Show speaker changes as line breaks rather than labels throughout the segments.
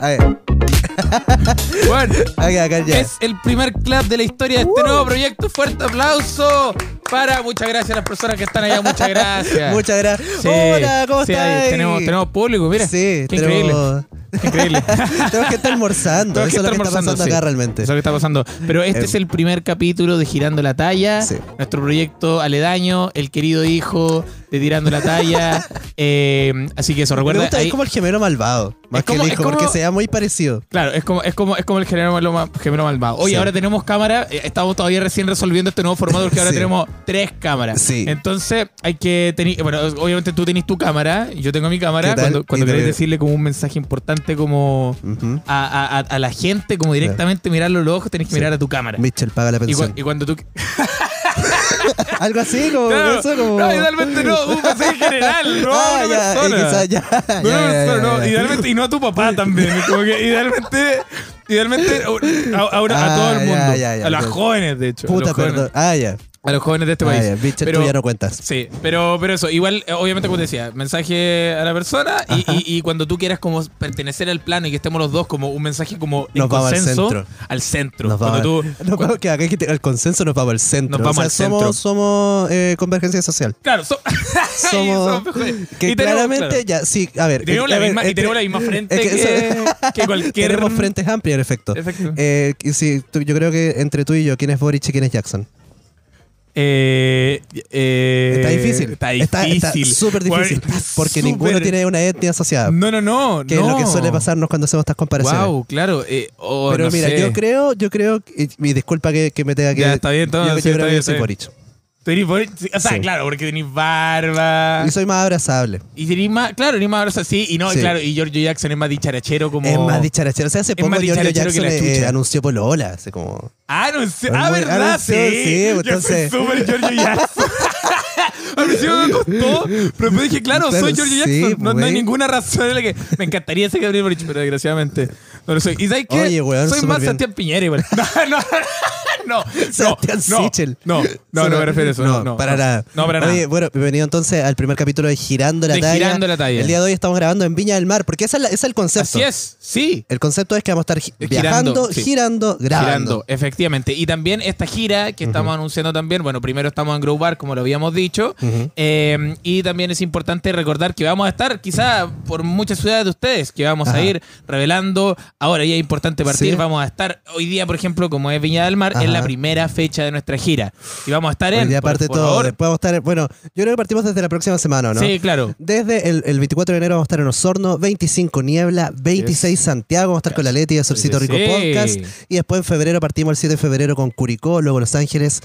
A ver.
Bueno,
Acá, acá ya. Uh.
es el primer club de la historia de este nuevo proyecto. Fuerte aplauso para. Muchas gracias a las personas que están allá. Muchas gracias.
Muchas gracias.
Sí,
Hola, ¿cómo
sí, ahí
estás?
Tenemos, tenemos público, mira.
Sí,
Qué increíble.
tenemos,
qué Increíble.
tenemos que estar almorzando.
Tenemos estar
Eso es lo que está
almorzando,
pasando
sí.
acá realmente.
Eso es lo que está pasando. Pero este
Eh.
es el primer capítulo de Girando la Talla.
Sí.
Nuestro proyecto aledaño, el querido hijo de Tirando la Talla. Eh, así que eso,
Me
recuerda.
gusta,
ahí-
es como el gemelo malvado. Más
Es
que
como-
el
es
hijo,
como-
porque se llama muy parecido.
Claro, es como, es como, es como el género malo ma- género malvado. Oye,
Sí.
ahora tenemos cámara. eh, Estamos todavía recién resolviendo este nuevo formato porque ahora
Sí.
tenemos tres cámaras.
Sí.
Entonces hay que tener. Bueno, obviamente tú tenés tu cámara, yo tengo mi
¿Qué
cámara.
tal?
Cuando, cuando
Y te
queréis
veo.
decirle como un mensaje importante como
Ujú.
a, a- a- a la gente, como directamente mirarlo a los ojos, tenés que
Sí.
mirar a tu cámara.
Mitchell paga la
Y, cua-
pensión.
y cuando tú.
Algo así, como
Claro,
eso, como.
No, idealmente no, un mensaje general, no a
Ah,
una
ya,
persona.
quizás ya, Ah, ya,
No,
ya,
no,
ya,
no,
ya.
idealmente, y no a tu papá también. Como que idealmente, idealmente a, a- a
Ah,
todo el
ya,
mundo.
ya, ya,
a los
ya.
jóvenes, de hecho. a
Puta,
los jóvenes,
perdón. Ah, ya.
A los jóvenes de este
Ah,
país.
ya. Mitchell,
Pero-
tú ya no cuentas.
Sí, pero, pero eso, igual, eh, obviamente, como te decía, mensaje a la persona y, y- y cuando tú quieras como pertenecer al plano y que estemos los dos como un mensaje como en
Nos vamos al
consenso
centro.
al centro.
Nos vamos,
cuando tú,
al- nos vamos- que acá hay que tener el consenso nos vamos al centro.
Nos vamos
o sea,
al
somos,
centro.
somos eh, convergencia social.
Claro, so- y
Somos.
mejores.
que
Y tenemos, claro,
claramente ya, sí, a ver.
y tenemos
eh,
la
a ver,
misma- y
entre-
tenemos la misma frente
es
que,
eso-
que cualquier.
Tenemos frentes amplias, en efecto.
Exacto.
Eh, y sí, tú- yo creo que entre tú y yo, ¿quién es Boric y quién es Jackson?
Eh, eh,
Está difícil.
Está
Está-
difícil.
está súper
Bueno,
difícil.
está
porque
súper-
ninguno tiene una etnia asociada.
No, no, no.
que
no.
es lo que suele pasarnos cuando hacemos estas comparaciones.
Wow, claro. eh, oh,
Pero
no
mira,
sé.
yo creo, yo creo, y, y disculpa que, que me tenga que.
Ya, está bien, todo,
yo-
sí,
Yo,
está
creo
bien,
que
está
soy
bien.
Boric.
Tenés por- O sea,
Sí.
claro, porque tenés barba.
Y soy más abrazable.
Y tenés más. Claro, tenés más abrazos, sí. Y no,
Sí.
claro. Y Giorgio Jackson es más dicharachero como.
Es más dicharachero. O sea, hace
Es
poco
más
Giorgio
dicharachero que
Jackson
la
eh,
chucha.
anunció Polola. Hace como.
Ah, no, sí.
Es
ah,
muy-
verdad,
ah,
sí.
sí, sí, entonces-
Yo soy súper Giorgio Jackson. Al principio me costó, pero después dije, claro, soy
Pero
Giorgio
sí,
Jackson. No, no hay
güey.
ninguna razón en la que me encantaría ser Gabriel Boric, pero desgraciadamente no lo soy. ¿Y sabes qué?
Oye, weón,
soy
súper
más
bien.
Santiago Piñera igual. No, no, no. No,
Sebastián
no,
Sichel.
no, no, no me refiero a eso. No, no,
para
no.
nada.
No, para nada.
Oye, bueno, bienvenido entonces al primer capítulo de Girando la
De
Talla.
Girando la Talla.
El día de hoy estamos grabando en Viña del Mar, porque ese es, la- ese es el concepto.
Así es, sí.
El concepto es que vamos a estar gi-
Girando,
viajando,
sí.
girando, grabando.
Girando, efectivamente. Y también esta gira que estamos anunciando también, bueno, primero estamos en Grow Bar, como lo habíamos dicho, Eh, y también es importante recordar que vamos a estar quizá por muchas ciudades de ustedes, que vamos a
Ajá.
ir revelando, ahora ya es importante partir,
Sí.
vamos a estar hoy día, por ejemplo, como es Viña del Mar, es
Ajá.
la primera fecha de nuestra gira. Y vamos a estar
Hoy
en...
día
por-
parte
por
todo.
favor.
Después vamos a estar. Bueno, yo creo que partimos desde la próxima semana, ¿o ¿no?
Sí, claro.
Desde el, el 24 de enero vamos a estar en Osorno, 25 Niebla, 26 Santiago, vamos a estar con la Leti de Surcito
Sí, sí,
Rico Podcast.
sí.
Y después en febrero partimos el 7 de febrero con Curicó, luego Los Ángeles,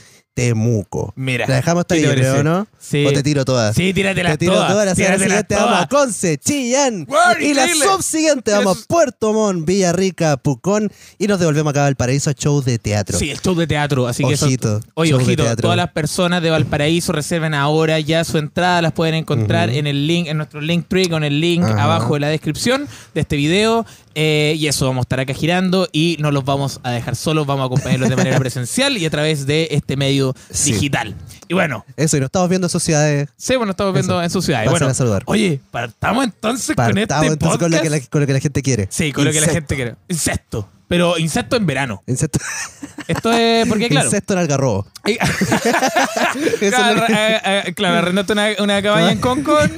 Temuco.
Mira.
La dejamos hasta
¿qué
ahí,
te
yo creo,
parece?
¿no?
Sí.
O te tiro todas.
Sí, tíratelas
Te tiro
todas.
todas, la semana
tíratelas
siguiente vamos a
todas.
Conce, Chillán.
Guau,
y la
increíble.
subsiguiente vamos
Eso.
a Puerto Montt, Villarrica, Pucón. Y nos devolvemos acá a Valparaíso a show de teatro.
Sí, el show de teatro. Así que
Ojito,
eso, oye,
show de
ojito,
teatro.
todas las personas de Valparaíso reserven ahora ya su entrada, las pueden encontrar en el link, en nuestro link tree, con el link
Ajá.
abajo de la descripción de este video. Eh, y eso, vamos a estar acá girando y no los vamos a dejar solos, vamos a acompañarlos de manera presencial y a través de este medio
Sí.
digital. Y bueno,
Eso, y nos estamos viendo en sociedades.
sí, bueno, estamos viendo
Eso.
en su ciudad. Y
Pasen
Bueno,
a saludar.
oye, partamos entonces
Partamos
con este
entonces
podcast.
con lo, que la, con lo que la gente quiere.
Sí, con lo que la
Insecto.
gente quiere. Insecto. Pero insecto en verano.
Insecto.
Esto es porque, claro.
Insecto en algarrobo.
Ay,
Eso es
claro,
lo que-
eh, eh, claro, arrendaste una, una cabaña en Concon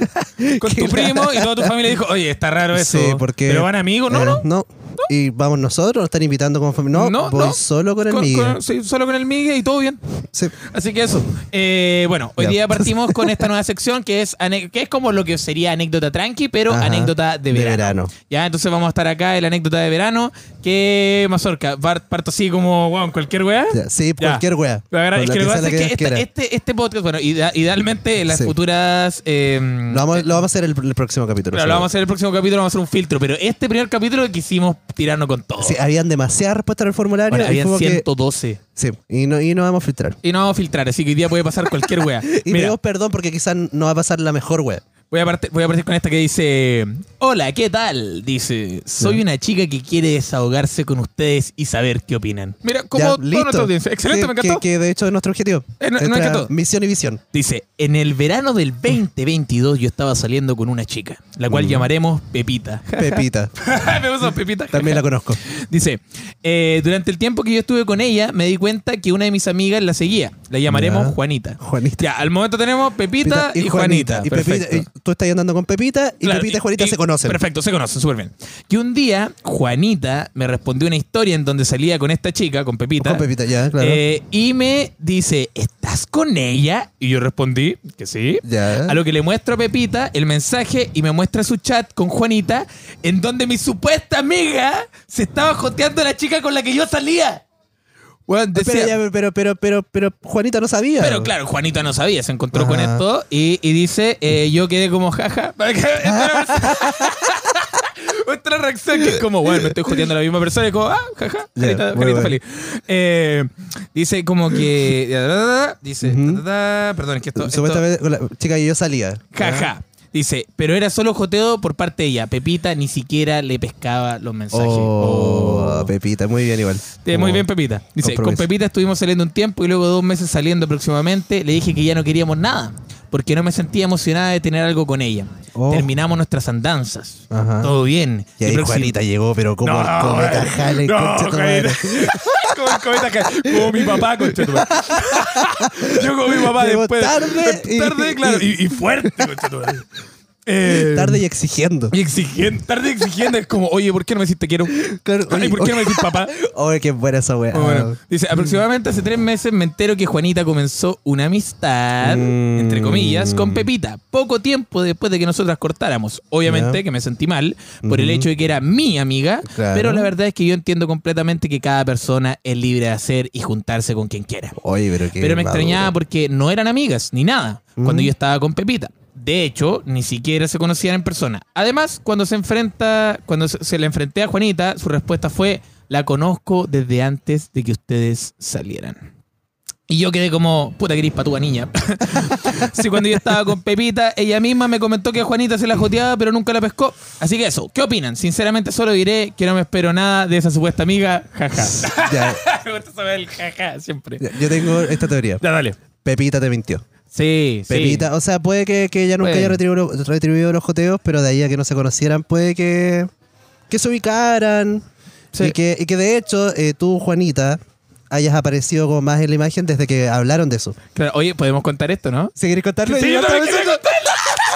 con tu
Qué
primo y toda tu familia dijo, oye, está raro eso.
Sí, porque.
Pero van amigos, no,
eh,
no.
Y vamos nosotros, nos están invitando como familia. No,
No,
voy
no.
solo con el
Con-
Miguel.
con- sí, solo con el Migue y todo bien.
Sí.
Así que eso. Eh, bueno, hoy
Ya. pues.
día partimos con esta nueva sección que es ane- que es como lo que sería anécdota tranqui, pero
Ajá,
anécdota de
de
verano.
verano.
Ya, entonces vamos a estar acá en la anécdota de verano. Que mazorca, Par- parto así como, wow, cualquier weá.
Ya, sí,
Ya.
cualquier wea.
Lo agarra-
Con
es
la
que lo que
sea
pasa
la
es que
Dios
este,
quiera.
este- este podcast, bueno, ida- idealmente en las
Sí.
futuras. em,
Lo vamos, lo vamos a hacer el, el próximo capítulo.
Claro, lo vamos a hacer el próximo capítulo, vamos a hacer un filtro, pero este primer capítulo quisimos tirarnos con todo.
Sí, habían demasiadas respuestas en el formulario.
Bueno,
y
habían
como que-
112.
sí, y no, y no vamos a filtrar.
Y no vamos a filtrar, así que hoy día puede pasar cualquier wea.
Y
Mira,
pedimos perdón porque quizás no va a pasar la mejor wea.
Voy a, partir, voy a partir con esta que dice: Hola, ¿qué tal? Dice: Soy una chica que quiere desahogarse con ustedes y saber qué opinan. Mira, como
Ya,
toda nuestra audiencia. Excelente,
que,
me encantó.
Que, que de hecho es nuestro objetivo.
Eh, no- no
Nuestra
encantó.
Misión y visión.
Dice, en el verano del 2022 yo estaba saliendo con una chica, la cual llamaremos Pepita.
Pepita.
Mm. Me puso Pepita.
También la conozco.
Dice, eh, durante el tiempo que yo estuve con ella, me di cuenta que una de mis amigas la seguía. La llamaremos
Ya.
Juanita.
Juanita.
Ya, al momento tenemos Pepita y, Juanita.
Y Pepita, eh,
Perfecto.
y tú estás andando con Pepita y
Claro,
Pepita y Juanita se conocen.
Perfecto, se conocen súper bien. Que un día Juanita me respondió una historia en donde salía con esta chica, con Pepita.
Con Pepita, ya, claro.
eh, y me dice, ¿estás con ella? Y yo respondí que sí.
ya.
A lo que le muestro a Pepita el mensaje y me muestra su chat con Juanita, en donde mi supuesta amiga se estaba joteando a la chica con la que yo salía. Weón,
pero,
decía-
ya, pero, pero, pero, pero Juanita no sabía.
pero claro, Juanita no sabía, se encontró con
Ajá.
esto y, y dice, eh, yo quedé como jaja. Para que- esta era- Otra reacción que es como, bueno, me estoy joteando a la misma persona y como, ah, jaja,
Ya,
carita, carita
muy bueno.
feliz. Eh, dice como que, da, da, da, da, dice,
Ujú.
da, da, perdón, es que esto- esto,
Supuestamente con la chica que yo salía. Ah.
Jaja. Dice, pero era solo joteo por parte de ella. Pepita ni siquiera le pescaba los mensajes.
Oh,
Oh.
Pepita, muy bien igual.
Eh, muy
Oh.
bien, Pepita. Dice,
Compromiso.
con Pepita estuvimos saliendo un tiempo y luego dos meses saliendo aproximadamente. Le dije que ya no queríamos nada, porque no me sentía emocionada de tener algo con ella.
Oh.
Terminamos nuestras andanzas.
Ajá.
Todo bien.
Y ahí
próxim-
Juanita llegó, pero como el cometa Halley,
eh, no,
concha tu madre.
Juanita. Como el cometa Halley. Como mi papá, concha tu madre. Yo como mi papá
Llegó
después.
tarde y-
tarde, claro. Y, y fuerte, concha tu madre. Eh,
Tarde y exigiendo.
y exigente, tarde exigiendo es como, oye, ¿por qué no me hiciste quiero?
Claro,
Ay,
oye,
¿por qué no me hiciste papá?
Oye, qué buena esa wea.
Bueno, bueno. dice, aproximadamente hace tres meses me entero que Juanita comenzó una amistad,
Mm.
entre comillas, con Pepita, poco tiempo después de que nosotras cortáramos. Obviamente
Ya.
que me sentí mal por el
Ujú.
hecho de que era mi amiga,
Claro.
pero la verdad es que yo entiendo completamente que cada persona es libre de hacer y juntarse con quien quiera.
Oye, pero qué.
Pero me
maduro.
extrañaba porque no eran amigas ni nada cuando
Mm.
yo estaba con Pepita. De hecho, ni siquiera se conocían en persona. Además, cuando se enfrenta, cuando se se le enfrenté a Juanita, su respuesta fue: La conozco desde antes de que ustedes salieran. Y yo quedé como, puta grispa tu niña. Sí, cuando yo estaba con Pepita, ella misma me comentó que Juanita se la joteaba, pero nunca la pescó. Así que eso, ¿qué opinan? Sinceramente, solo diré que no me espero nada de esa supuesta amiga. Jaja.
Ya,
me gusta saber el jaja siempre.
ya, yo tengo esta teoría.
Ya, dale.
Pepita te mintió.
Sí, sí.
Pepita, o sea, puede que, que ella nunca
Puede.
haya retribuido, retribuido los joteos, pero de ahí a que no se conocieran, puede que, que se ubicaran.
Sí.
Y, que, y que de hecho, eh, tú, Juanita, hayas aparecido como más en la imagen desde que hablaron de eso.
Claro, oye, podemos contar esto, ¿no?
Si querés contarlo,
Sí,
yo
yo
estaba
también quiero
pensando-
contarlo.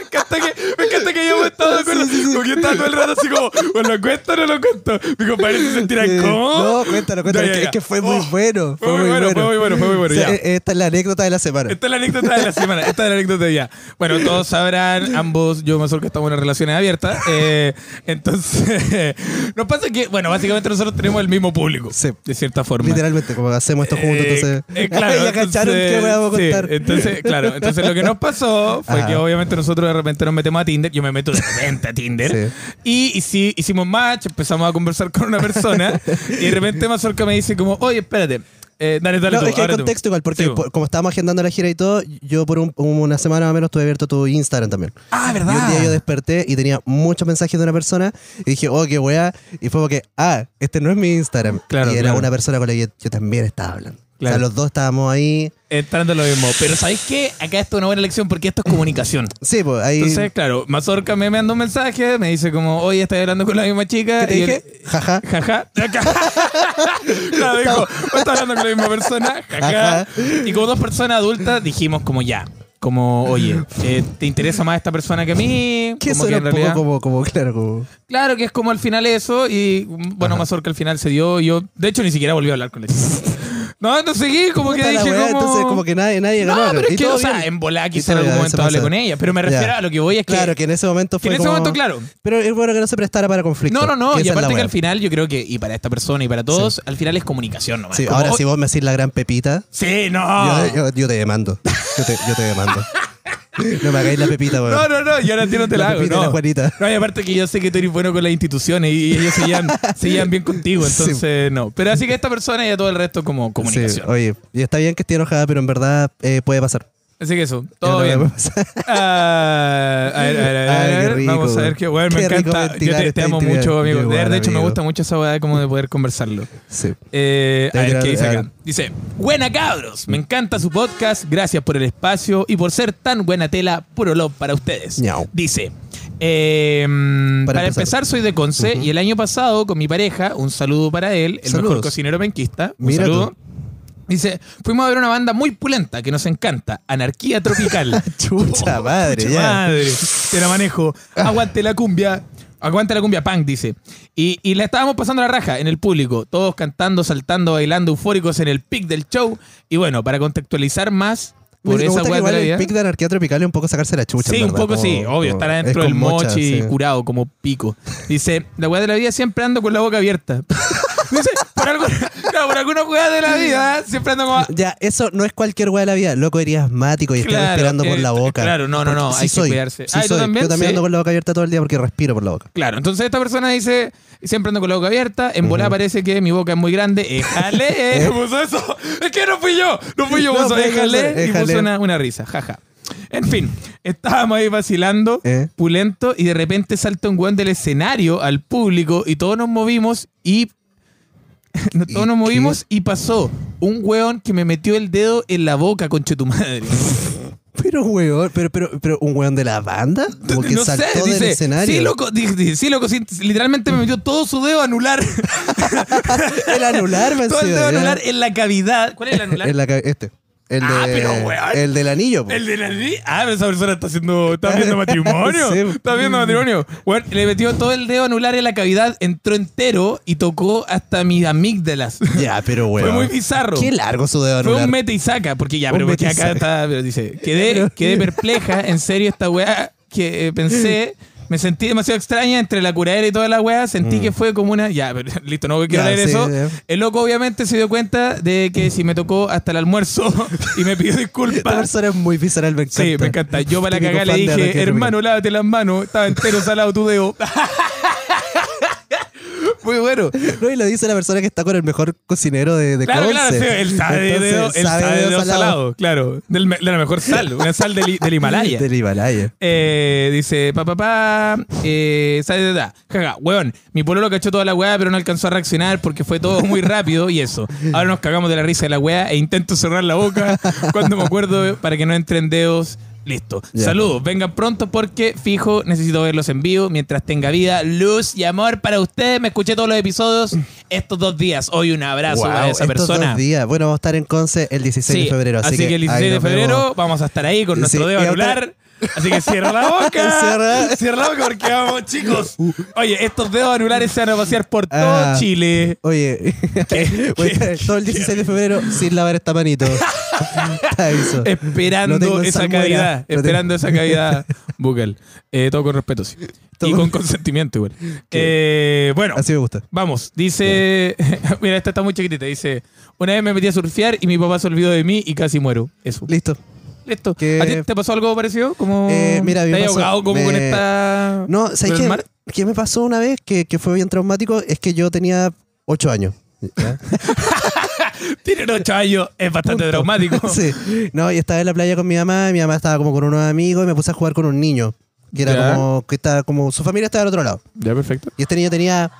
Me encanta que, me encanta que hayamos estado de acuerdo. Porque yo estaba todo el rato así como, ¿o lo cuento o no lo cuento? Mi compañero se sentirá
Eh,
cómodo.
No, cuéntalo, cuéntalo.
Ya, ya,
es
ya.
que fue muy
Oh,
bueno.
Fue muy bueno, fue muy bueno, fue muy bueno.
O sea,
ya.
eh, esta es la anécdota de la semana.
Esta es la anécdota de la semana. Esta es la anécdota de ya. Bueno, todos sabrán, ambos, yo más que estamos en relaciones abiertas. Eh, entonces, nos pasa que, bueno, básicamente nosotros tenemos el mismo público.
Sí.
De cierta forma.
Literalmente, como hacemos esto juntos,
Eh,
entonces.
eh, claro,
ya cacharon
entonces,
qué weá vamos a
sí,
contar.
entonces, claro, entonces lo que nos pasó fue
Ajá.
que obviamente nosotros de repente nos metemos a Tinder. Yo me meto de repente a Tinder.
Sí.
Y, y sí, hicimos match, empezamos a conversar con una persona. y de repente Mazorca me dice como, oye, espérate. eh, dale, dale
No,
tú,
es que hay
ahora tú".
contexto igual, porque
Sí, po.
por- como estábamos agendando la gira y todo, yo por un- una semana más o menos tuve abierto tu Instagram también.
Ah,
Y
¿verdad?
un día yo desperté y tenía muchos mensajes de una persona y dije, oh, qué weá. Y fue porque, ah, este no es mi Instagram.
Claro,
y era
claro.
una persona con la que yo, yo también estaba hablando. O
Claro.
sea, los dos estábamos ahí.
Entrando lo mismo. Pero ¿sabéis qué? Acá esto es una buena lección porque esto es comunicación.
Sí, pues ahí.
Entonces, claro, Mazorca me manda un mensaje, me dice como, oye, estoy hablando con la misma chica.
¿Qué te
y yo-
dije? Jaja.
Jaja. claro, dijo, está hablando con la misma persona. Jaja.
Ajá.
Y como dos personas adultas dijimos como ya. Como, oye, eh, ¿te interesa más esta persona que a mí?
Que
Como
eso
que
era
en
un poco
realidad-
como, como, claro, como.
Claro que es como al final eso. Y bueno, Mazorca al final se dio. y Yo, de hecho, ni siquiera volví a hablar con él. No, no seguí, como que
Puta la
dije
weá,
como...
Entonces, como que nadie, nadie
No,
ganó.
pero
Y
es que,
todo
o sea,
bien.
en volada
Y
quizá en
todo
algún
bien,
momento
eso
hable
pasa.
con ella. Pero me refiero
Ya.
a lo que voy es que...
Claro, que en ese momento
que
fue
en ese
como-
momento, claro.
Pero es bueno que no se prestara para conflicto.
No, no, no. Y
que esa es la
aparte que
weá.
al final, yo creo que, y para esta persona y para todos, al final es comunicación nomás.
Sí,
Como, Ah.
ahora
"Oh,
si vos me decís la gran pepita,
Sí, no.
yo, yo- yo te demando. Yo te, yo te demando. no me hagáis la pepita, weón.
no, no, no, y ahora a ti no te la,
La
hago.
Pepita y
No.
la Juanita.
No, y aparte que yo sé que tú eres bueno con las instituciones y ellos se llevan, se llevan bien contigo,
Sí.
entonces no. Pero así que esta persona y a todo el resto como
Sí,
comunicación.
oye, y está bien que esté enojada, pero en verdad eh, puede pasar.
Así que eso,
Ya no
todo
me
bien.
voy a pasar.
Ah, a ver, a ver, a ver,
Ay,
a
qué
ver.
rico,
Vamos a ver
weón.
qué bueno, me
Qué rico
encanta. Yo
ventilar
te, te
esta
amo
actividad.
mucho, amigo.
Qué
De,
bueno,
de hecho, me
amigo.
gusta mucho esa weá como de poder conversarlo.
Sí.
Eh,
Te
a ver
quiero-
qué dice
a ver.
acá. Dice, buena cabros, me encanta su podcast, gracias por el espacio y por ser tan buena tela, puro love para ustedes.
Ñau.
Dice, ehm,
Para
para,
empezar.
empezar. soy de Conce y el año pasado con mi pareja, un saludo para él, el
Saludos.
mejor cocinero penquista, un
Mira tú.
saludo. Dice, fuimos a ver una banda muy pulenta que nos encanta, Anarquía Tropical. Oh,
Chucha madre,
Pucha
ya.
madre, te la manejo. Aguante la cumbia. Aguante la cumbia punk, dice. Y, y la estábamos pasando la raja en el público, todos cantando, saltando, bailando, eufóricos en el pic del show. Y bueno, para contextualizar más,
Me-
por
me
esa
gusta que
weá de
igual
la vida.
el pic de anarquía tropical es un poco sacarse la chucha.
Sí,
en
un
verdad,
poco
como-
sí, obvio,
como-
estar
es
adentro
con
del
mocha,
mochi
sí.
curado como pico. Dice, la weá de la vida siempre ando con la boca abierta. Dice, por alguna, no, por alguna weá de la vida, siempre ando como.
Ya, eso no es cualquier weá de la vida. Loco, eres asmático y estás
Claro,
respirando por
eh,
la boca.
claro, no, no, no,
Porque
hay que
soy,
cuidarse.
sí
Ah, ¿y tú
soy.
también?
Yo
Sí.
también ando con la boca abierta todo el día porque respiro por la boca.
Claro, entonces esta persona dice, siempre ando con la boca abierta, en bola parece que mi boca es muy grande, éjale, eh, puso eso, es que no fui yo, no fui yo,
No
puso
fue
éjale,
Gonzalo,
y
éjale.
puso una, una risa, jaja. En fin, estábamos ahí vacilando,
Eh.
pulento, y de repente salta un weón del escenario al público y todos nos movimos y... no,
¿Y
todos nos
qué?
movimos y pasó un weón que me metió el dedo en la boca, conche tu madre.
Pero, weón, pero, pero, pero, un weón de la banda. Como que
no sé,
saltó del
dice,
escenario.
Sí, loco, dice, dice, sí, loco, sí, literalmente me metió todo su dedo anular.
El anular, me
Todo el
encima,
dedo
ya.
anular en la cavidad. ¿Cuál es el anular?
En la ca- Este. El de,
Ah, pero, weón.
El del anillo, po.
El de la nariz. Ah, pero esa persona está haciendo. Está viendo matrimonio.
Sí.
Está viendo matrimonio. Bueno, le metió todo el dedo anular en la cavidad, entró entero y tocó hasta mis amígdalas.
Ya, pero, weón.
Fue muy bizarro.
Qué largo su dedo
Fue
anular.
un mete y saca, porque ya,
Un
pero porque
mete y
acá
saca.
está, pero dice, quedé, quedé perpleja, en serio, esta weá que eh, pensé, me sentí demasiado extraña entre la curadera y toda la weá, sentí que fue como una, ya, pero listo, no quiero
Mm. Ya,
leer
sí,
eso.
ya.
El loco obviamente se dio cuenta de que si me tocó hasta el almuerzo y me pidió
Esta
disculpas.
persona es muy visceral, me encanta.
Sí, me encanta. Yo para la
Típico
cagada le
fan de
dije,
Anarquía
hermano,
Tropical.
lávate las manos, estaba entero salado tu dedo. Muy bueno.
No, y lo dice la persona que está con el mejor cocinero de, de
Claro, claro, sí,
Conce.
el sabedeo,
Entonces,
el sabedeo
salado.
salado, claro, del me- de la mejor sal, una sal del, hi- del Himalaya.
Del Himalaya.
Eh, dice, pa, pa, pa, eh, sale de da, jaja, weón, mi pueblo lo cachó toda la weá, pero no alcanzó a reaccionar porque fue todo muy rápido y eso. Ahora nos cagamos de la risa de la weá e intento cerrar la boca cuando me acuerdo para que no entren dedos. Listo.
Ya.
Saludos, vengan pronto porque fijo, necesito verlos en vivo mientras tenga vida, luz y amor para ustedes. Me escuché todos los episodios estos dos días. Hoy un abrazo
Wow,
a esa
estos
persona.
dos días. Bueno, vamos a estar en Conce el 16 de
Sí,
febrero. Así,
que, el 16
ahí
de
nos vemos.
febrero vamos a estar ahí con nuestro
Sí,
dedo
y ahora-
anular. Así que cierra la boca.
Cierra. Uh.
Cierra la boca porque vamos, chicos. Oye, estos dedos anulares se van a pasear por todo
Ah.
Chile.
Oye, voy a estar todo el 16 de febrero sin lavar esta manito. Está eso.
Esperando
Lo tengo en
esa
salmuera.
cavidad.
Lo
Esperando esa cavidad bucal. Eh, todo con respeto, sí.
Todo
Y
con-
con consentimiento, igual. Eh, bueno.
Así me gusta.
Vamos, dice. Mira, esta está muy chiquitita. Dice: Una vez me metí a surfear y mi papá se olvidó de mí y casi muero. Eso.
Listo.
Listo.
Que-
¿A ti te pasó algo parecido? Como
Eh, mira, a mí
¿Te
me
has
pasó-
ahogado como
me-
con esta.
No, ¿sabes
con el
qué?
mar?
¿Qué me pasó una vez que, que fue bien traumático? Es que yo tenía 8 años. ¿ya?
Tienen ocho años, es bastante
Punto.
traumático.
sí. No, y estaba en la playa con mi mamá, y mi mamá estaba como con unos amigos y me puse a jugar con un niño. Que era
Ya.
como, que estaba como, su familia estaba al otro lado.
Ya, perfecto.
Y este niño tenía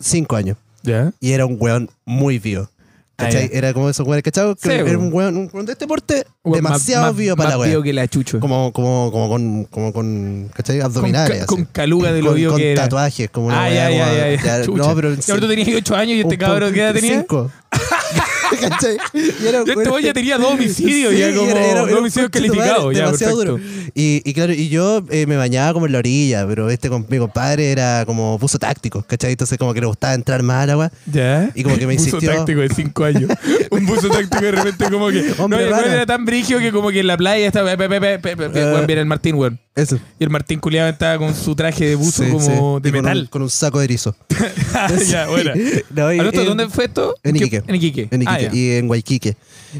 5 años.
Ya.
Y era un weón muy vivo. ¿Cachai?
Ah, ya.
Era como esos weones, ¿cachai? Que
Sí,
era
weón.
un weón, un weón de este porte demasiado
más,
vivo para
más
la
vivo
weón.
que la chucho.
Como, como, como con, como con, ¿cachai?
con,
Abdominales.
ca-
así.
con caluga de lo
Con-
vivo
con
que era.
tatuajes, como una
ah,
weá
ya, ya,
como-
ya,
ya,
ya. Chucha.
No, pero...
Y ahora tú tenías ocho años y este
un po-
cabrón, ¿qué edad tenía?
Cinco. ¿Cachai? Y era un
Yo este
weón-
güey ya tenía dos homicidios,
Sí,
ya
y
como
era- era- era
dos
un
homicidios
conche tu madre,
calificados, ya,
demasiado
perfecto.
duro. Y, y claro, y yo eh, me bañaba como en la orilla, pero este con, mi compadre era como puso táctico, ¿cachai? Entonces como que le gustaba entrar más al agua.
Ya.
Y como que me insistió.
Un buzo táctico de 5 años. Un buzo táctico de repente como que... no,
Hombre
el
rana.
güey era tan brigio que como que en la playa estaba... Pe, pe, pe, pe, pe, pe,
Eh.
güey, viene el Martín, weón.
Eso.
Y el Martín culiado estaba con su traje de buzo
Sí,
como
sí.
de
Y con un-
metal. Ah,
Con un, saco de erizo.
ya, buena.
No, y-
Alberto,
en-
¿dónde fue esto?
En
¿Qué-
Iquique.
En Iquique.
En Iquique.
Ah, ya.
y en Guayquique.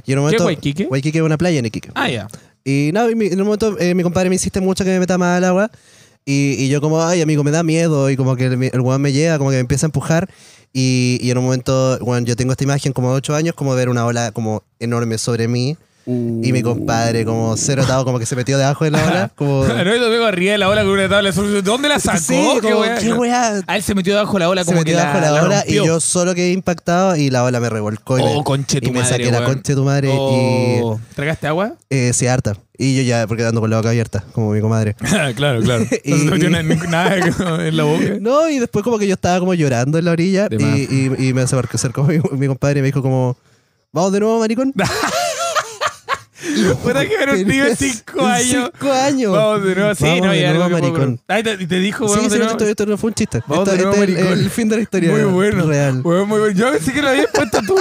Y en un momento,
Guayquique?
Guayquique es una playa en Iquique.
Ah, ya.
Y no, y mi- en un momento eh, mi compadre me insiste mucho que me meta más al agua. Y, y yo como, ay, amigo, me da miedo. Y como que el, el weón me llega, como que me empieza a empujar. Y, y en un momento, bueno, yo tengo esta imagen como de 8 años, como ver una ola como enorme sobre mí. Y mi compadre, como cero atado, como que se metió debajo de la ola. Ah, Como,
No, y domingo arriba de la ola con una tabla de surf. ¿De ¿Dónde la sacó?
Sí, como, ¿qué weá?
A él se metió debajo de la ola
se
como
metió
que
debajo de la, ola y
rompió.
yo solo quedé impactado y la ola me revolcó. Y,
Oh,
me,
conche tu
y me
madre,
saqué la
weón.
concha de tu madre
Oh. ¿Tragaste agua?
y eh, sí, harta. Y yo ya, porque dando con la boca abierta, como mi comadre.
claro, claro. Entonces no
Y-
metió na- ni- nada en la boca.
No, y después como que yo estaba como llorando en la orilla
De
y, y, y me acercó, acercó mi, mi compadre y me dijo como, vamos de nuevo, maricón.
Puta que era un tío de 5 años.
Cinco años.
Vamos de nuevo. Sí,
Vamos
no,
de
ya
nuevo,
algo que puedo-
maricón.
Ay, te, te dijo,
Sí,
vamos
sí,
de
no,
nuevo.
esto, esto no fue un chiste.
Vamos
Esto-
de nuevo,
este es el,
maricón.
el fin de la historia.
Muy bueno.
Real.
Weón, muy bueno. Yo pensé que lo habías puesto tú.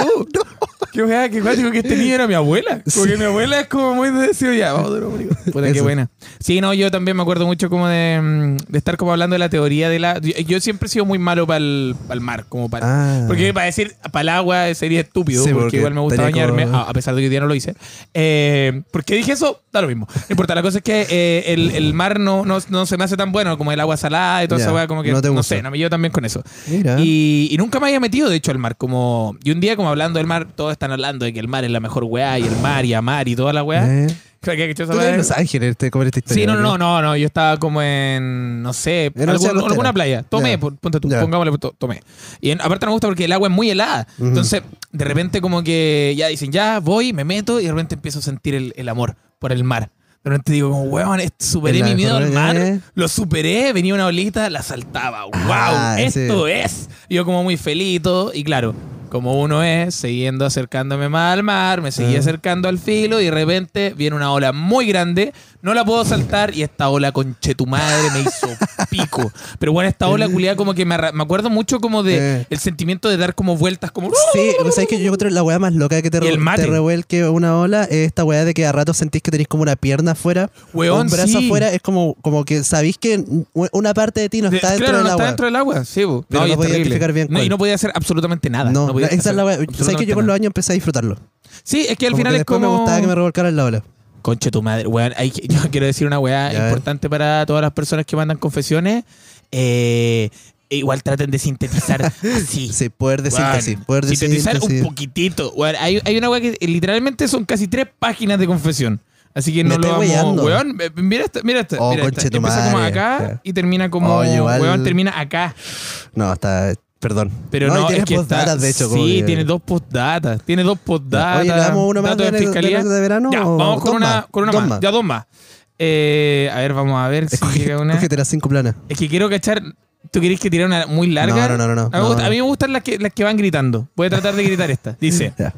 Qué weá, qué cuático que este niño era mi abuela. Porque mi abuela es como muy de decir, ya, vamos de nuevo, marico. Puta, qué
Eso.
buena. Sí, no, yo también me acuerdo mucho como de, mm, de estar como hablando de la teoría de la. Yo, yo siempre he sido muy malo para el mar, como para.
Ah.
Porque para decir para el agua sería estúpido,
Sí,
porque,
porque
igual me gusta
tenía como-
bañarme, a, a pesar de que hoy día no lo hice. Eh, ¿Por qué dije eso? Da lo mismo. No importa, la cosa es que eh, el, el mar no, no, no se me hace tan bueno como el agua salada y toda
Ya,
esa weá, como que. No,
no te gusta.
sé, no me llevo también con eso.
Mira.
Y, y nunca me había metido, de hecho, al mar. Como, y un día, como hablando del mar, todos están hablando de que el mar es la mejor weá, y el mar y amar y toda la weá.
Eh,
Claro, que- que yo
Tú
sabía-
eres en Los Ángeles, te comer esta historia.
Sí, no, no,
¿ok?
no, no, yo estaba como en, no sé,
En
algún-
Oceanía Costera.
alguna playa. Tomé,
Ya.
por- ponte tú,
Ya.
pongámosle, to- tomé. Y en- aparte no me gusta porque el agua es muy helada. Entonces, de repente como que ya dicen, ya voy, me meto y de repente empiezo a sentir el, el amor por el mar. De repente digo, como, weón, est- superé
Es la
mi miedo
mejor
al mar,
idea, ¿eh?
lo superé, venía una olita, la saltaba. ¡Wow!
Ah,
¡Esto es! Y pues, Yo como muy feliz y todo, y claro, como uno es, siguiendo acercándome más al mar, me seguí
Ah.
acercando al filo y de repente viene una ola muy grande, no la puedo saltar y esta ola conche tu madre me hizo pico. Pero bueno, esta ola culiada como que me, arra- me acuerdo mucho como de
Eh.
el sentimiento de dar como vueltas como...
Sí, o sea, es que yo encuentro la weá más loca que te,
Y el
re-
mate.
te revuelque una ola es esta weá de que a ratos sentís que tenés como una pierna afuera,
Weón,
o un brazo
sí.
afuera, es como, como que sabís que u- una parte de ti no
De-
está dentro
claro,
del
no
agua.
está dentro del agua, sí, bo.
Pero
y
no
es
podía
terrible.
identificar bien
No, y
cuál.
no podía hacer absolutamente nada.
no,
podía
esa es
hacer
la weá. Sabes que
absolutamente
yo con
nada.
los años empecé a disfrutarlo.
Sí, es que al
Como
final
que
es
después
como...
me gustaba que me revolcaran la ola.
Conche tu madre, weón. Hay que- yo quiero decir una weá
Ya, a ver.
importante para todas las personas que mandan confesiones. Eh, igual traten de sintetizar así.
Sí, poder de
Weón,
síntesis. Poder de
sintetizar
síntesis.
un poquitito. weón. hay, hay una weá que eh, literalmente son casi tres páginas de confesión. Así que
Me
no lo
estáis
vamos,
weyando.
weón. eh, Mira esta, mira esta.
Oh,
mira esta.
conche tu
Empieza como
madre.
acá
Ya.
y termina como,
Oye, igual-
weón, termina acá.
No, está. Perdón.
Pero no,
y tiene
es que está-
postdatas, de hecho. como
Sí,
que-
tiene dos postdatas. Tiene dos postdatas.
Oye, ¿le damos uno más
datos
de- de- de- de verano
Ya,
o
vamos con
dos
una,
más?
con una
Dos
más.
más.
Ya dos más. Eh, a ver, vamos a ver si
Escoge-
llega una.
Escógete las cinco planas.
Es que quiero cachar. ¿Tú querés que tire una muy larga?
No, no, no, no, no.
A mí, me gusta-
No.
a mí me gustan las que, las que van gritando. Voy a tratar de gritar esta. Dice:
Ya.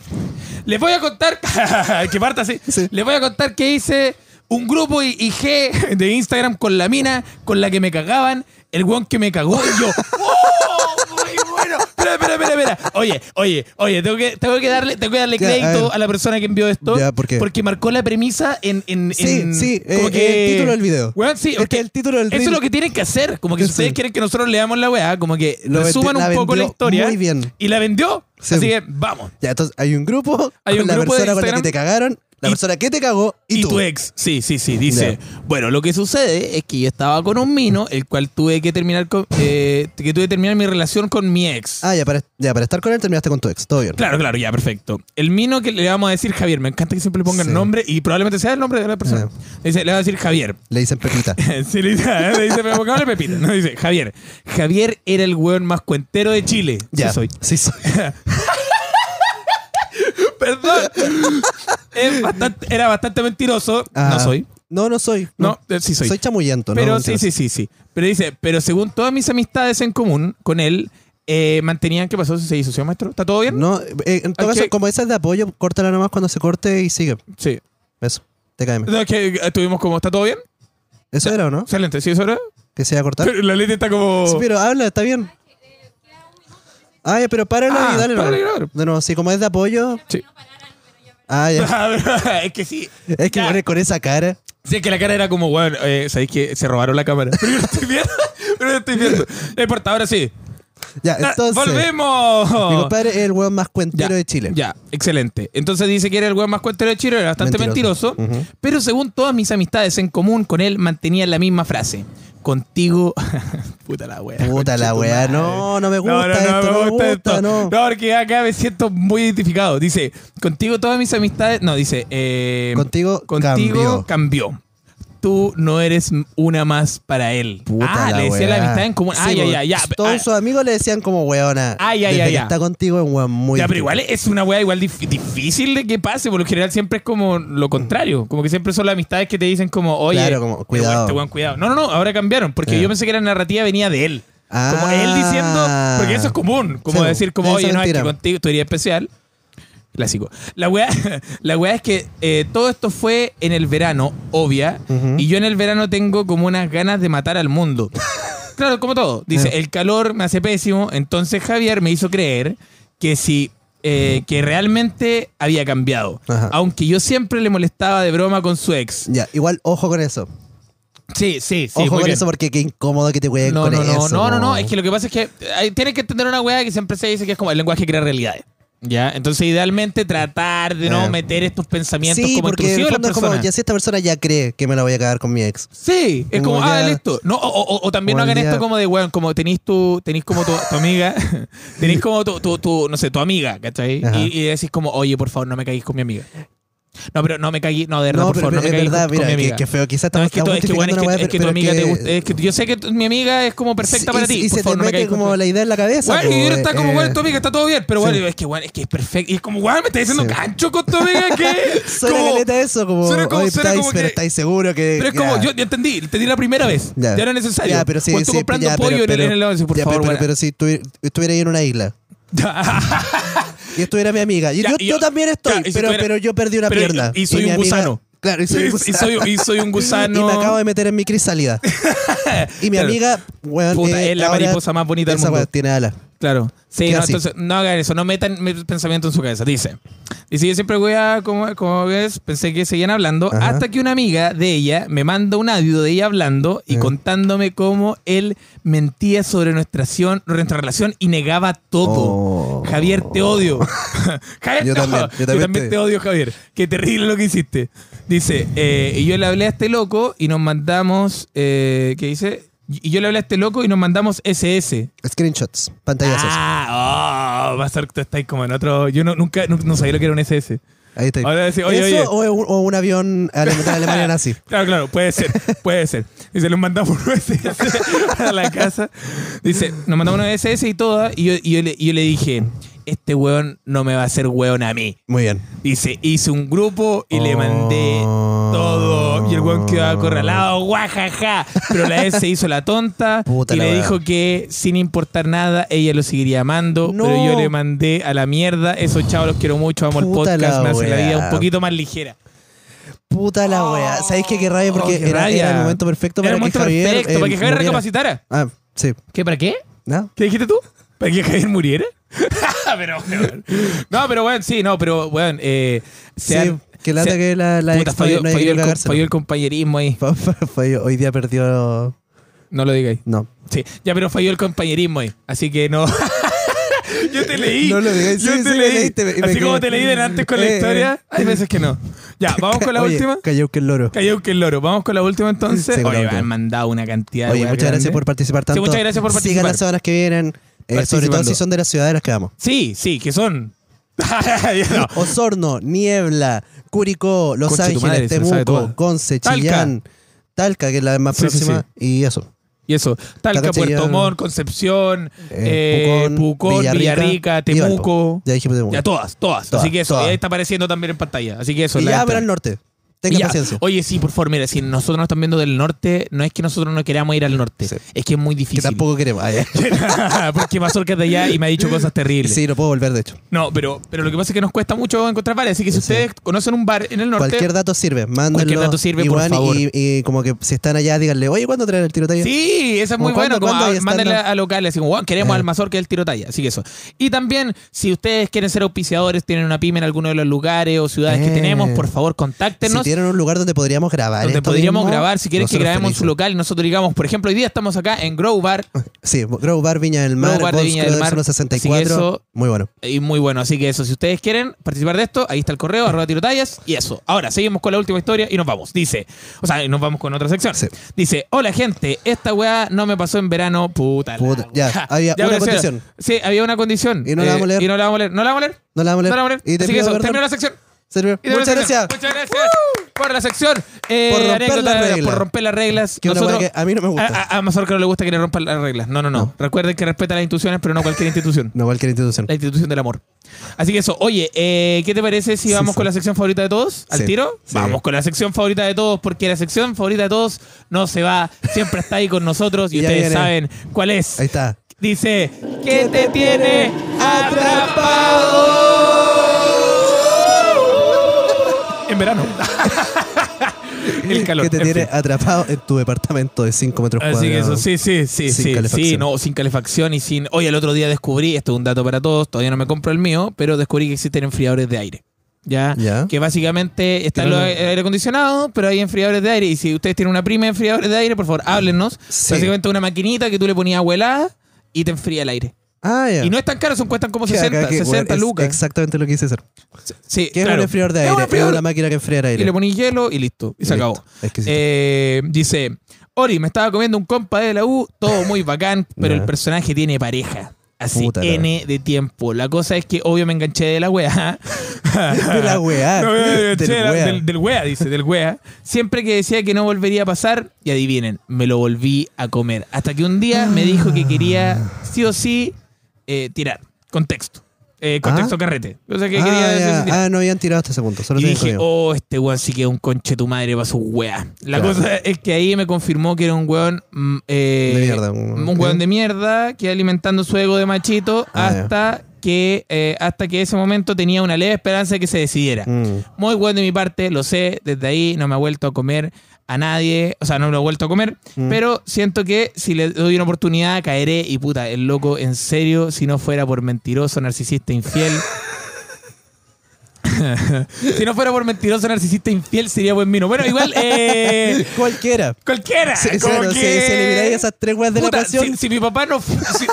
Les voy a contar. que parta así.
Sí.
Les voy a contar que hice un grupo I- IG de Instagram con la mina con la que me cagaban. El guan que me cagó y yo. ¡Oh! ¡Muy bueno! Espera, espera, espera, espera. Oye, oye, oye, tengo que, tengo que darle, tengo que darle
Ya, a
crédito
ver.
a, la persona que envió esto.
Ya, ¿por qué?
Porque marcó la premisa en. en,
Sí,
en-
sí,
como
eh,
que-
el título del video.
Weón, sí,
Es que
ok.
el título del
Eso es
reel-
lo que tienen que hacer. Como que si
Sí.
ustedes quieren que nosotros leamos la weá, como que
Lo vendi-
resuman
la
un poco la
vendió
historia.
muy bien.
Y la vendió.
Sí.
Así que vamos.
Ya, entonces hay un grupo
Hay
con
un
la
grupo de
persona con la
Instagram.
que te cagaron, la
Y-
persona que te cagó y,
Y,
tú.
tu ex. Sí, sí, sí. Dice, bueno, lo que sucede es que yo estaba con un mino, el cual tuve que terminar con, eh, que tuve que terminar mi relación con mi ex.
Ah, ya para, ya, para estar con él terminaste con tu ex, todo bien.
Claro, claro, ya, perfecto. El mino que le vamos a decir Javier, me encanta que siempre le pongan
Sí.
nombre y probablemente sea el nombre de la persona. Dice, le va a decir Javier.
Le dicen Pepita.
Sí, le dice, le dice, pero pongámosle Pepita. No, dice, Javier. Javier era el weón más cuentero de Chile. Sí
Ya.
soy.
Sí, soy.
Perdón. Es bastante- era bastante mentiroso.
Ah,
no soy.
No, no soy.
No, eh, sí soy.
Soy chamuyento,
pero
¿no?
sí, sí, sí, sí. Pero dice, pero según todas mis amistades en común con él, eh, mantenían que pasó, se disoció, maestro. ¿Está todo bien?
No, eh, en todo
Ok.
caso, como esa es de apoyo, córtala nomás cuando se corte y sigue.
Sí.
Eso. Te caeme.
No, es que eh, estuvimos como, ¿está todo bien?
Eso era, ¿o no?
Excelente, ¿sí eso era?
Que se iba a cortar.
Pero la letra está como...
Sí, pero habla, está bien. Ah, ya, pero páralo
Ah,
y dale.
páralo y
no.
dale.
No, no, sí, como es de apoyo.
Sí.
Ah, ya.
es que sí.
Es que
Ya.
bueno, con esa cara.
Sí, es que la cara era como, bueno, eh, ¿sabéis que se robaron la cámara? Pero yo no estoy viendo. Pero yo no estoy viendo. No importa, ahora sí.
Ya,
Ah,
entonces.
¡Volvemos!
Mi compadre es el weón más cuentero de Chile.
Ya, excelente. Entonces dice que era el weón más cuentero de Chile, era bastante mentiroso,
Mentiroso.
pero según todas mis amistades en común con él, mantenía la misma frase. contigo. Puta la wea.
Puta la
conchetumare.
weá. No, no me gusta esto, no me gusta, no.
No, porque acá me siento muy identificado. Dice, contigo todas mis amistades. No, dice, eh,
Contigo
contigo
cambió.
cambió. Tú no eres una más para él.
Puta
ah,
la
le decía la
weá.
amistad en común.
Sí,
Ay, ay,
porque
ay, ya.
Todos
Ah,
sus amigos le decían como weona.
Ay, ay,
desde
ay,
que
ya.
está contigo es un weón muy.
ya, pero
difícil.
igual es una weá igual dif- difícil de que pase. Por lo general siempre es como lo contrario. Como que siempre son las amistades que te dicen como, oye,
Claro, como,
este
cuidado.
weón, este weón, cuidado. No, no, no, ahora cambiaron. Porque
Ya.
yo pensé que la narrativa venía de él. Como
Ah.
él diciendo, porque eso es común. Como
Sí,
decir como,
esa
oye, no, es que
mentira.
contigo tú eres especial. Clásico. La weá, la weá es que eh, todo esto fue en el verano, obvia.
Ujú.
Y yo en el verano tengo como unas ganas de matar al mundo. claro, como todo. Dice, el calor me hace pésimo. Entonces Javier me hizo creer que si. eh, que realmente había cambiado.
Ajá.
Aunque yo siempre le molestaba de broma con su ex.
Ya, igual, ojo con eso.
Sí, sí, sí. muy
ojo con
bien.
eso porque qué incómodo que te jueguen
No,
con
no, no,
eso.
no, no, no, es que lo que pasa es que hay- tienes que entender una weá que siempre se dice que es como el lenguaje crea realidades. ¿Ya? Entonces, idealmente, tratar de no
Eh.
meter estos pensamientos
Sí,
como
porque en
intrusivos en
el fondo
las
es como,
personas.
ya si esta persona ya cree que me la voy a cagar con mi ex.
Sí, es como,
Como
ah,
ya-
listo. No, o, o- o- o también no
Como
hagan
ya-
esto como de, weón, como tenéis tu, tenís como tu, tu amiga, tenéis como tu, tu, tu, no sé, tu amiga, ¿cachai?
Ajá.
Y, y decís como, oye, por favor, no me caguéis con mi amiga. No, pero no me caguéis, no, de verdad,
No,
por
pero
favor, no
es
me caguéis con,
verdad,
con mi
mira,
amiga.
que, que feo. Quizás
No,
estamos
es que, tú- es que, weón, es
justificando
que-
una weá,
es que tu
pero
amiga te gusta. Es que yo sé que tu- mi amiga es como perfecta para
y,
ti.
Y
por favor,
se te
no me
mete
caguéis con tu
como la idea en la cabeza.
Güey,
po,
y uno está como,
eh,
güey, tu amiga está todo bien, pero güey,
sí.
es que, güey, es que es perfecto. Y es como, güey, me está diciendo
Sí.
cancho con tu amiga que.
Suena
como-
caleta eso, como,
suena como-
oye,
suena
estáis,
como
pero
que-
estáis seguro que...
Pero es como,
Eh, ya.
yo, yo entendí, entendí la primera vez. Ya,
Ya.
no era necesario.
Ya, pero sí,
Cuando tú
sí,
comprando
ya,
pollo
pero-
en el- en el
pero-
once, por
ya,
favor,
pero,
güey.
pero, pero si estuvi- estuviera ahí en una isla y estuviera mi amiga. Y
Ya,
yo,
y
yo
yo-
también estoy,
ya, y si
pero,
estuviera-
pero yo perdí una
pero y-
pierna.
y soy
mi
un
amiga-
gusano.
claro, y soy un
Y
gusano.
soy, y soy un gusano.
Y me acabo de meter en mi crisálida. y mi
Claro.
amiga, weón,
Puta,
eh,
es la
ahora
mariposa más bonita del
esa
mundo.
weá tiene alas.
Claro. Sí,
¿Qué
no,
así?
entonces no hagan eso, no metan mi pensamiento en su cabeza. Dice. Dice, yo siempre voy a, como, como ves, pensé que seguían hablando,
Ajá.
hasta que una amiga de ella me manda un audio de ella hablando y
Ya.
contándome cómo él mentía sobre nuestra, acción- nuestra relación y negaba todo.
Oh.
Javier, te odio. Javier,
Yo
te
también,
odio.
yo también
te...
te-
odio, Javier. Qué terrible lo que hiciste. Dice, eh, y yo le hablé a este loco y nos mandamos, eh, ¿qué dice? Y yo le hablé a este loco y nos mandamos SS.
Screenshots, pantallazos.
Ah, oh, va a ser que tú estás como en otro. Yo no, nunca no, no sabía lo que era un SS.
Ahí está.
Ahora sí, oye,
¿Eso
oye.
O, es un, o un avión a la mitad de Alemania nazi?
Claro, claro, puede ser, puede ser. Dice, nos mandamos un SS a la casa. Dice, nos mandamos un SS y toda. Y yo, y yo, le, y yo le dije, este weón no me va a hacer weón a mí.
Muy bien.
Dice, hice un grupo y le mandé
Oh.
todo. Y el weón quedó acorralado, guajaja. Pero la S hizo la tonta
Puta
y
la
le
weá.
dijo que sin importar nada, ella lo seguiría amando.
No.
Pero yo le mandé a la mierda. Esos chavos los quiero mucho, amo
Puta
el
la
podcast, me hace la
weá.
vida un poquito más ligera.
Puta la wea. ¿Sabéis qué? Qué rabia, porque
Oh, qué
era,
rabia.
era el momento perfecto
Era
para
el
que
momento
Javier.
perfecto,
eh,
para que Javier
muriera.
recapacitara.
Ah, sí.
¿Qué, para qué?
¿No?
¿Qué dijiste tú? ¿Para que Javier muriera? pero, bueno. No, pero bueno, sí, no, pero bueno. Eh,
Sí,
sean-
que lata
sean-
que la, la
Puta,
ex
falló,
no hay
falló
que
el, com-
cagárselo.
falló el compañerismo ahí.
Fa- fa- falló. Hoy día perdió.
No lo digáis.
No.
Sí, ya, pero falló el compañerismo ahí. Así que no. Yo te leí.
No lo digáis,
Yo
sí,
te
sí,
leí.
me leíste, me- me
Así
quedé-
como te leí delante con la
Eh,
historia, hay veces que no. Ya, vamos con la
Oye,
última.
Cayó que el loro.
Cayó que el loro. Vamos con la última entonces.
Sí, con
Oye,
la
me
última.
han mandado una cantidad de
Oye,
weas
muchas gracias
grandes.
por participar tanto.
muchas gracias por
Sigan
participar.
las semanas que vienen. eh, sobre todo
Participando.
si son de las ciudades en las que vamos.
Sí, sí, que son. Ya no.
Osorno, Niebla, Curicó, Los
Concha tu
Ángeles,
madre, se la sabe
Temuco,
toda.
Conce,
Talca.
Chillán, Talca, que es la más
Sí, sí,
próxima, y eso.
Y eso, Talca,
Talca,
Puerto
Chillán,
Montt, Concepción, eh,
Eh,
Pucón,
Villarrica,
Villarrica,
y Valpo.
Temuco.
Ya dijimos Temuco.
Ya todas, todas,
Todas,
Así que eso,
todas.
ahí está apareciendo también en pantalla. Así que eso.
y
la
ya
extra.
para el norte.
Y
Tengan
ya.
paciencia.
Oye, sí, por favor, mira, si nosotros nos están viendo del norte, no es que nosotros no queramos ir al norte,
Sí.
es que es muy
Que
difícil.
tampoco queremos. Ah, ya.
Porque Mazorca es de allá y me ha dicho cosas terribles.
Sí, no puedo volver, de hecho.
No, pero, pero lo que pasa es que nos cuesta mucho encontrar bares, así que si ustedes conocen un bar en el norte,
Cualquier dato sirve. Mándenlo.
Cualquier dato sirve, por
igual,
favor.
Y, y como que si están allá, díganle, oye, ¿cuándo traen el tiroteo?
Sí, esa es muy
¿Cómo
buena.
cuándo,
Como,
cuándo?
ah,
Ahí están
mándenle
las-
a locales. Así como, "Guau, queremos
Ajá.
al Mazorca del tiro talla. Así que eso. Y también, si ustedes quieren ser auspiciadores, tienen una pyme en alguno de los lugares o ciudades que
Eh.
tenemos, por favor, contáctenos.
Si dieran un lugar donde podríamos grabar.
este, Donde
esto
podríamos
mismo,
grabar, si quieres que
nosotros
grabemos en su
felices.
local y nosotros digamos, por ejemplo, hoy día estamos acá en Grow Bar
Sí, Grow Bar Viña del Mar,
Grow Bar de
Bones
Viña del
Club,
Mar.
Zona
Así
64.
que eso-
Muy bueno.
y muy bueno, así que eso, si ustedes quieren participar de esto, ahí está el correo, arroba tirotallas y eso. Ahora, seguimos con la última historia y nos vamos. Dice, o sea, nos vamos con otra sección.
Sí.
Dice, hola gente, esta weá no me pasó en verano, puta. la
Puta, ya,
weá".
había una
pero, o sea,
condición.
Sí, había una condición. Eh,
Y no la vamos a leer.
Y no la vamos a leer. No la vamos a leer.
No la vamos
No
a leer.
la vamos a leer.
Y te
así que
pido
eso,
perdón.
terminó la sección.
Sergio,
Y de
Muchas
verdad,
gracias.
Muchas gracias por la sección. Eh,
Por romper
anécdota
las
de-
reglas.
Por romper las reglas.
Que una
Nosotros-
weá que a mí no me gusta.
A, a- a Mazorca no le gusta que le rompan las reglas. No, no, no, Recuerden que respeta las instituciones, pero no cualquier institución.
No cualquier institución.
La institución del amor. Así que eso. Oye, eh, ¿qué te parece si
Sí,
vamos
sí.
con la sección favorita de todos? ¿Al
Sí,
tiro?
sí.
Vamos con la sección favorita de todos, porque la sección favorita de todos no se va. Siempre está ahí con nosotros y
Ya
ustedes
viene.
saben cuál es.
Ahí está.
Dice, ¿qué te tiene atrapado? En verano. El calor.
que te
en
tiene
fin.
atrapado en tu departamento de 5 metros cuadrados.
Así que eso, sí, sí, sí,
Sin
sí,
calefacción.
sí, no, sin calefacción y sin... Oye, el otro día descubrí, esto es un dato para todos, todavía no me compro el mío, pero descubrí que existen enfriadores de aire. ¿Ya?
Ya.
Que básicamente está
Que no
lo-
lo-
el aire acondicionado, pero hay enfriadores de aire. Y si ustedes tienen una prima de enfriadores de aire, por favor, háblenos.
Sí.
Básicamente una maquinita que tú le ponías abuelada y te enfría el aire.
Ah, ya.
Y no es tan caro, son cuestan como
Que acá
60,
que,
60
weón, es
lucas.
Exactamente lo que hice hacer.
Sí,
Que es
claro.
un enfriador de
Es
aire.
un
Es,
enfriador.
una máquina que enfría el aire.
Y le poní hielo y listo. Y se
Listo.
acabó.
Exquisito.
Eh, dice, Ori, me estaba comiendo un compa de la U, todo muy bacán, pero
Ya.
el personaje tiene pareja. Así,
Puta la
N de tiempo. La cosa es que, obvio, me enganché de la wea.
De la weá.
No, eh, eh,
Ah, Del
che, la-
weá.
del, del wea, dice, del wea. Siempre que decía que no volvería a pasar, y adivinen, me lo volví a comer. Hasta que un día me dijo que quería
Ah.
sí o sí eh, tirar. Contexto. Eh, contexto
Ah.
carrete. O sea, que
ah,
quería sí o sí
ya.
tirar.
Ah, no habían tirado hasta ese punto. Solo
Y
tenían
dije,
comido.
oh, este weón sí que es un conche tu madre para su weá. La
Claro.
cosa es que ahí me confirmó que era un weón. mm, eh,
De mierda, un-
Un, weón de mierda que iba alimentando su ego de machito
Ah, ya.
hasta que eh, hasta que ese momento tenía una leve esperanza de que se decidiera.
Mm.
Muy bueno de mi parte, lo sé. Desde ahí no me ha vuelto a comer a nadie. O sea, no me lo he vuelto a comer. Pero siento que si le doy una oportunidad, caeré. Y puta, el loco, en serio, si no fuera por mentiroso, narcisista, infiel. si no fuera por mentiroso, narcisista, infiel, sería buen vino. Bueno, igual, eh,
Cualquiera.
cualquiera.
Sí,
como
claro,
que-
si, si elimináis esas tres weas de
Puta,
la pasión.
si, si mi papá no. fu- si-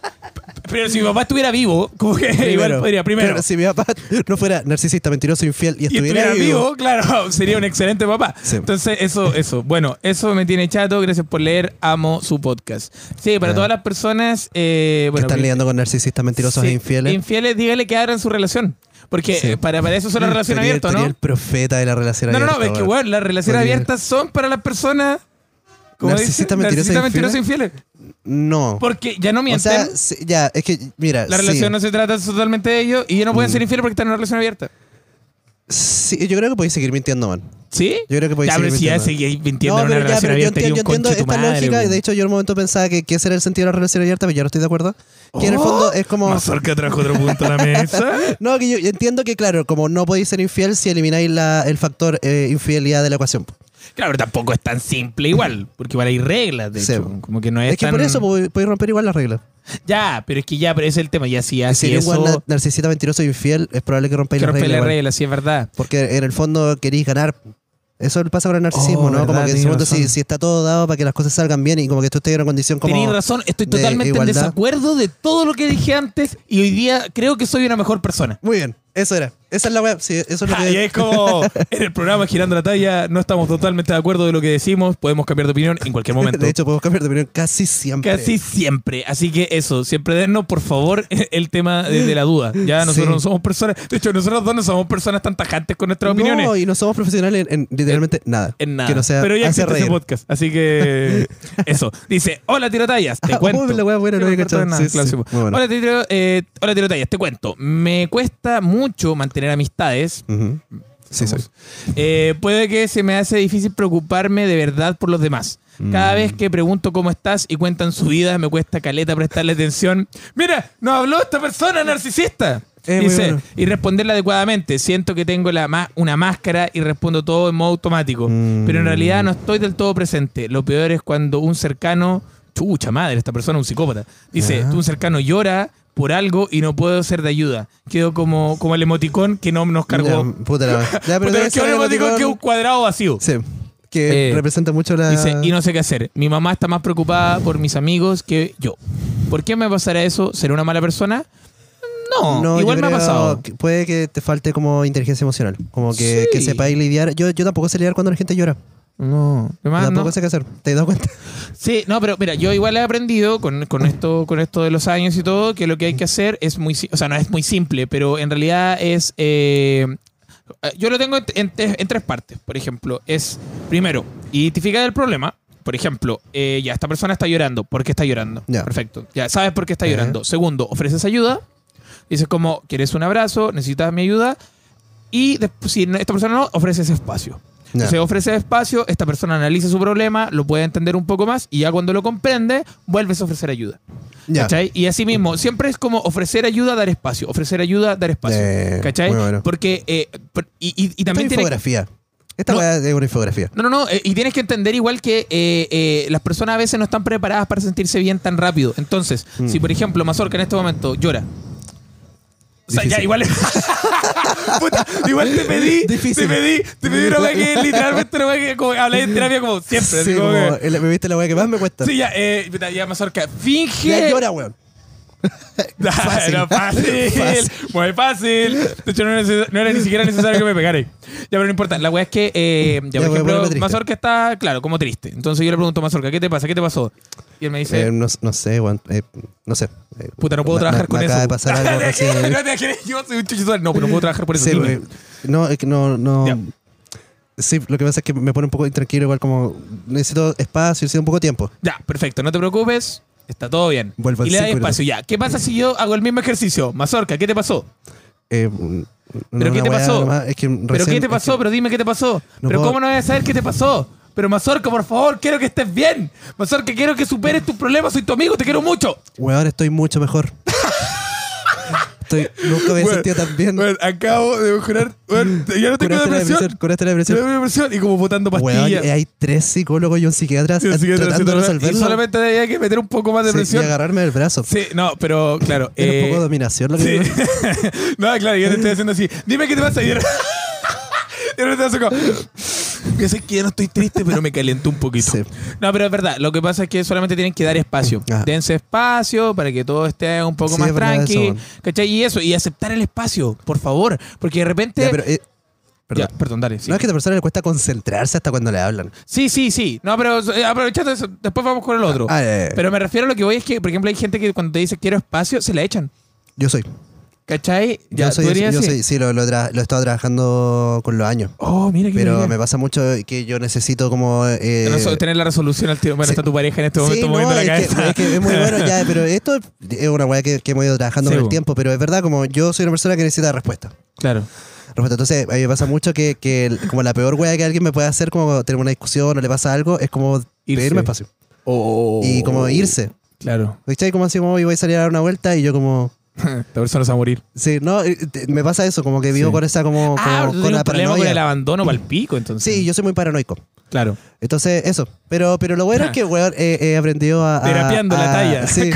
pero si mi papá estuviera vivo, como que igual podría primero.
Pero si mi papá no fuera narcisista, mentiroso, infiel y
y
estuviera,
estuviera vivo, claro, sería un excelente papá.
Sí.
Entonces, eso, eso. Bueno, eso me tiene chato. Gracias por leer. Amo su podcast. Sí, para
Ah.
todas las personas. eh,
que
bueno,
están
pri-
lidiando con narcisistas, mentirosos
sí,
e infieles.
Infieles, dígale que abran su relación. Porque
Sí.
eh, para, para eso son las relaciones
Sería-
abiertas,
sería
¿no?
el profeta de la relación
No, no,
abierta.
no, es que,
weón.
weón, las relaciones
Podría-
abiertas son para las personas. como
Narcisista,
dicen,
mentirosa,
narcisista, mentirosa, infieles.
No.
Porque ya no
O
mienten.
sea, sí, ya, es que, mira.
la
sí. Mm.
relación no se trata totalmente de ellos y ya no pueden ser infieles porque están en una relación abierta.
Sí, yo creo que podéis seguir mintiendo, man.
¿Sí?
Yo creo que podéis
Ya,
seguir
pero si ya
mintiendo.
seguís mintiendo en
pero
una
ya,
relación
pero yo
abierta
entiendo,
y un
yo entiendo
conche tu
esta
madre,
lógica. y
weón.
De hecho, yo en un momento pensaba que, que ese era el sentido de la relación abierta, pero ya no estoy de acuerdo. Que en el
Oh,
fondo es como.
Mazorca trajo otro punto a la mesa.
No, que yo entiendo que, claro, como no podéis ser infiel si elimináis la, el factor eh, infidelidad de la ecuación. po.
claro, pero tampoco es tan simple igual, porque igual hay reglas, de
Sí.
hecho. Como que no es,
Es, que
tan-
por eso podéis podéis romper igual las reglas.
Ya, pero es que ya, pero ese es el tema. Ya si
Y Si
así
eres un guan
eso...
narcisista, mentiroso e infiel, es probable que rompáis
Que
las
rompe
reglas.
la
igual.
regla, sí es verdad.
Porque en el fondo queréis ganar. Eso pasa con el narcisismo,
Oh,
¿no?
verdad,
como que en el
tenés
fondo si,
razón.
si está todo dado para que las cosas salgan bien y como que tú estés en una condición como...
Tenéis razón, estoy
de
totalmente en
igualdad.
desacuerdo de todo lo que dije antes y hoy día creo que soy una mejor persona.
Muy bien, eso era. Esa es la web. Sí, eso es lo
Ja,
que...
y Ah, es como en el programa Girando la Talla, no estamos totalmente de acuerdo de lo que decimos, podemos cambiar de opinión en cualquier momento.
De hecho, podemos cambiar de opinión casi siempre.
Casi siempre. Así que eso, siempre dennos, por favor, el tema de, de la duda. Ya nosotros
Sí.
no somos personas. De hecho, nosotros dos no somos personas tan tajantes con nuestras opiniones.
No, y no somos profesionales en, en literalmente nada.
En nada.
Que no sea
Pero ya
hacer
existe ese
reír.
podcast. Así que eso. Dice, hola tirotallas, te
Ah,
cuento.
uy, la wea buena,
Sí,
no había
me acuerdo de
cachado.
nada,
Sí, sí,
clásico.
muy bueno.
Hola, tiro, eh, hola tirotallas, te cuento. Me cuesta mucho mantener amistades.
Ujú. Sí,
Somos.
soy.
Eh, puede que se me hace difícil preocuparme de verdad por los demás. Cada
Mm.
vez que pregunto cómo estás y cuentan su vida, me cuesta caleta prestarle atención. Mira, nos habló esta persona narcisista.
Eh, muy
Dice,
bueno.
y responderla adecuadamente. Siento que tengo la ma- una máscara y respondo todo en modo automático.
Mm.
Pero en realidad no estoy del todo presente. Lo peor es cuando un cercano, chucha madre, esta persona es un psicópata, dice,
Ya.
un cercano llora por algo y no puedo ser de ayuda. Quedó como, como el emoticón que no nos cargó.
Ya, puta la ya, pero
Pero
debe
quedó
ser
el emoticón que es un
emoticón-
cuadrado vacío.
Sí, que
Eh,
representa mucho la...
Dice, y no sé qué hacer. Mi mamá está más preocupada por mis amigos que yo. ¿Por qué me pasará eso? ¿Seré una mala persona? No,
yo
igual me ha
creo
pasado.
que Puede que te falte como inteligencia emocional. Como que,
Sí.
que sepáis lidiar. Yo, yo tampoco sé lidiar cuando la gente llora.
No, ¿qué más?
tampoco
Ah, No.
sé qué hacer. ¿Te has dado cuenta?
Sí, no, pero mira, yo igual he aprendido con, con esto, con esto de los años y todo, que lo que hay que hacer es muy, si- o sea, no es muy simple, pero en realidad es, eh, yo lo tengo en, en te- en tres partes, por ejemplo, es primero identificar el problema. Por ejemplo, eh, ya esta persona está llorando, ¿por qué está llorando?
Ya.
Perfecto, ya sabes por qué está
Ajá.
llorando. Segundo, ofreces ayuda, dices como quieres un abrazo, necesitas mi ayuda y después, si no- esta persona no ofreces espacio.
Ya.
Se ofrece espacio, esta persona analiza su problema, lo puede entender un poco más y ya cuando lo comprende, vuelves a ofrecer ayuda.
Ya.
¿Cachai? Y así mismo, siempre es como ofrecer ayuda, dar espacio, ofrecer ayuda, dar espacio.
Eh,
¿Cachai?
muy bueno.
Porque, eh, por- y, y- y también
Esta
tiene...
infografía. Esta
No.
weá es una infografía.
No, no, no. eh, y tienes que entender igual que eh, eh, las personas a veces no están preparadas para sentirse bien tan rápido. Entonces,
Mm.
si por ejemplo Mazorca en este momento llora. O sea, ya
Difícil.
igual. Puta, igual te pedí.
Difícil.
Te pedí, te pedí una weá que literalmente una weá que como, hablé en terapia como siempre. así
Sí,
como que-
como el- me viste la weá que más me cuesta.
sí, ya, eh, puta, ya Mazorca, finge.
Ya llora, weón.
Era
Fácil.
fácil.
Fácil.
Muy fácil. De hecho, no era, neces- no era ni siquiera necesario que me pegara. Ya, pero no importa. La weá es que, eh, ya,
Ya, voy
por
a ponerme
ejemplo,
triste.
Mazorca está, claro, como triste. Entonces yo le pregunto a Mazorca, ¿qué te pasa? ¿Qué te pasó? Y él me dice,
Eh, no, no sé, weón. Eh, no sé. Eh,
puta, no puedo
me-
trabajar
me-
con
me
eso.
Acaba de pasar algo
no
recién.
te imaginas, yo soy un chucho suave. No, pero no puedo trabajar por eso.
Sí,
dime.
porque- no, es que no, no.
Ya.
Sí, lo que pasa es que me pone un poco intranquilo, igual como necesito espacio, necesito un poco de tiempo.
Ya, perfecto, no te preocupes. Está todo bien.
Vuelvo al
y le das
cinco minutos.
espacio ya. ¿Qué pasa si yo hago el mismo ejercicio? Mazorca, ¿qué te pasó?
Eh, ¿Pero
¿Pero qué te pasó?
es que
¿Pero
recién-
qué te
es
pasó?
que-
¿Pero dime qué te pasó?
No
¿Pero
puedo-
cómo no voy a saber qué te pasó? Pero Mazorca, por favor, quiero que estés bien. Mazorca, quiero que superes tus problemas. Soy tu amigo, te quiero mucho.
Weón, estoy mucho mejor. estoy, nunca me he sentido tan bien.
acabo de mejorar. ya no
Mm. Curaste la depresión. Curaste la depresión.
depresión y como botando
Weón, eh, hay tres psicólogos y un psiquiatra
Sí, sí,
tratando de
sí,
resolverlo.
y solamente hay que meter un poco más de
Sí, y
presión.
agarrarme del brazo.
Sí, no, pero claro.
Era un
eh,
poco de dominación lo que
Sí. no, claro, yo te estoy haciendo así. Dime qué te pasa. Y de re- de repente hace como, Yo sé que ya no estoy triste, pero me calentó un poquito.
Sí.
No, pero es verdad. Lo que pasa es que solamente tienen que dar espacio.
Ajá.
Dense espacio para que todo esté un poco
Ah. Sí,
más
es verdad
tranqui.
eso.
¿Cachai? Y eso. Y aceptar el espacio, por favor. Porque de repente...
Ya, pero, eh,
Ya,
perdón.
perdón, dale. Sí.
No es que a esta persona le cuesta concentrarse hasta cuando le hablan.
sí, sí, sí. No, pero eh, aprovechate eso. Después vamos con el otro.
Ah, ya, ya, ya.
Pero me refiero a lo que voy es que, por ejemplo, hay gente que cuando te dice quiero espacio, se la echan.
Yo soy.
¿Cachai?
yo soy,
tú dirías
yo
así.
soy, sí, lo, lo, tra- lo he estado trabajando con los años.
Oh, mira qué
Pero
bien.
me pasa mucho que yo necesito como... eh,
Reso- tener la resolución al tiro. Bueno,
sí.
está tu pareja en este momento
Sí, no,
moviendo la
es,
cabeza.
que, es que es muy bueno ya, pero esto es una weá que, que hemos ido trabajando
Sí,
con el
bo.
tiempo, pero es verdad, como yo soy una persona que necesita respuesta.
Claro.
Respuesta. Entonces, a mí me pasa mucho que, que el- como la peor weá que alguien me puede hacer, como tener una discusión o le pasa algo, es como pedirme espacio. Y
Oh.
como irse.
Claro.
¿Viste? Como así, como "Oye, voy a salir a dar una vuelta y yo como...
Esta persona se va a morir.
Sí, no, eh, te- me pasa eso, como que vivo
Sí.
con esa como,
Ah,
como-
tú
con
tienes
la
un problema con el
paranoia.
abandono para el pico, entonces.
Sí, yo soy muy paranoico.
Claro.
Entonces, eso. Pero, pero lo bueno es que, weón, eh, he aprendido a... a-
Terapiando la
a-
talla.
Sí.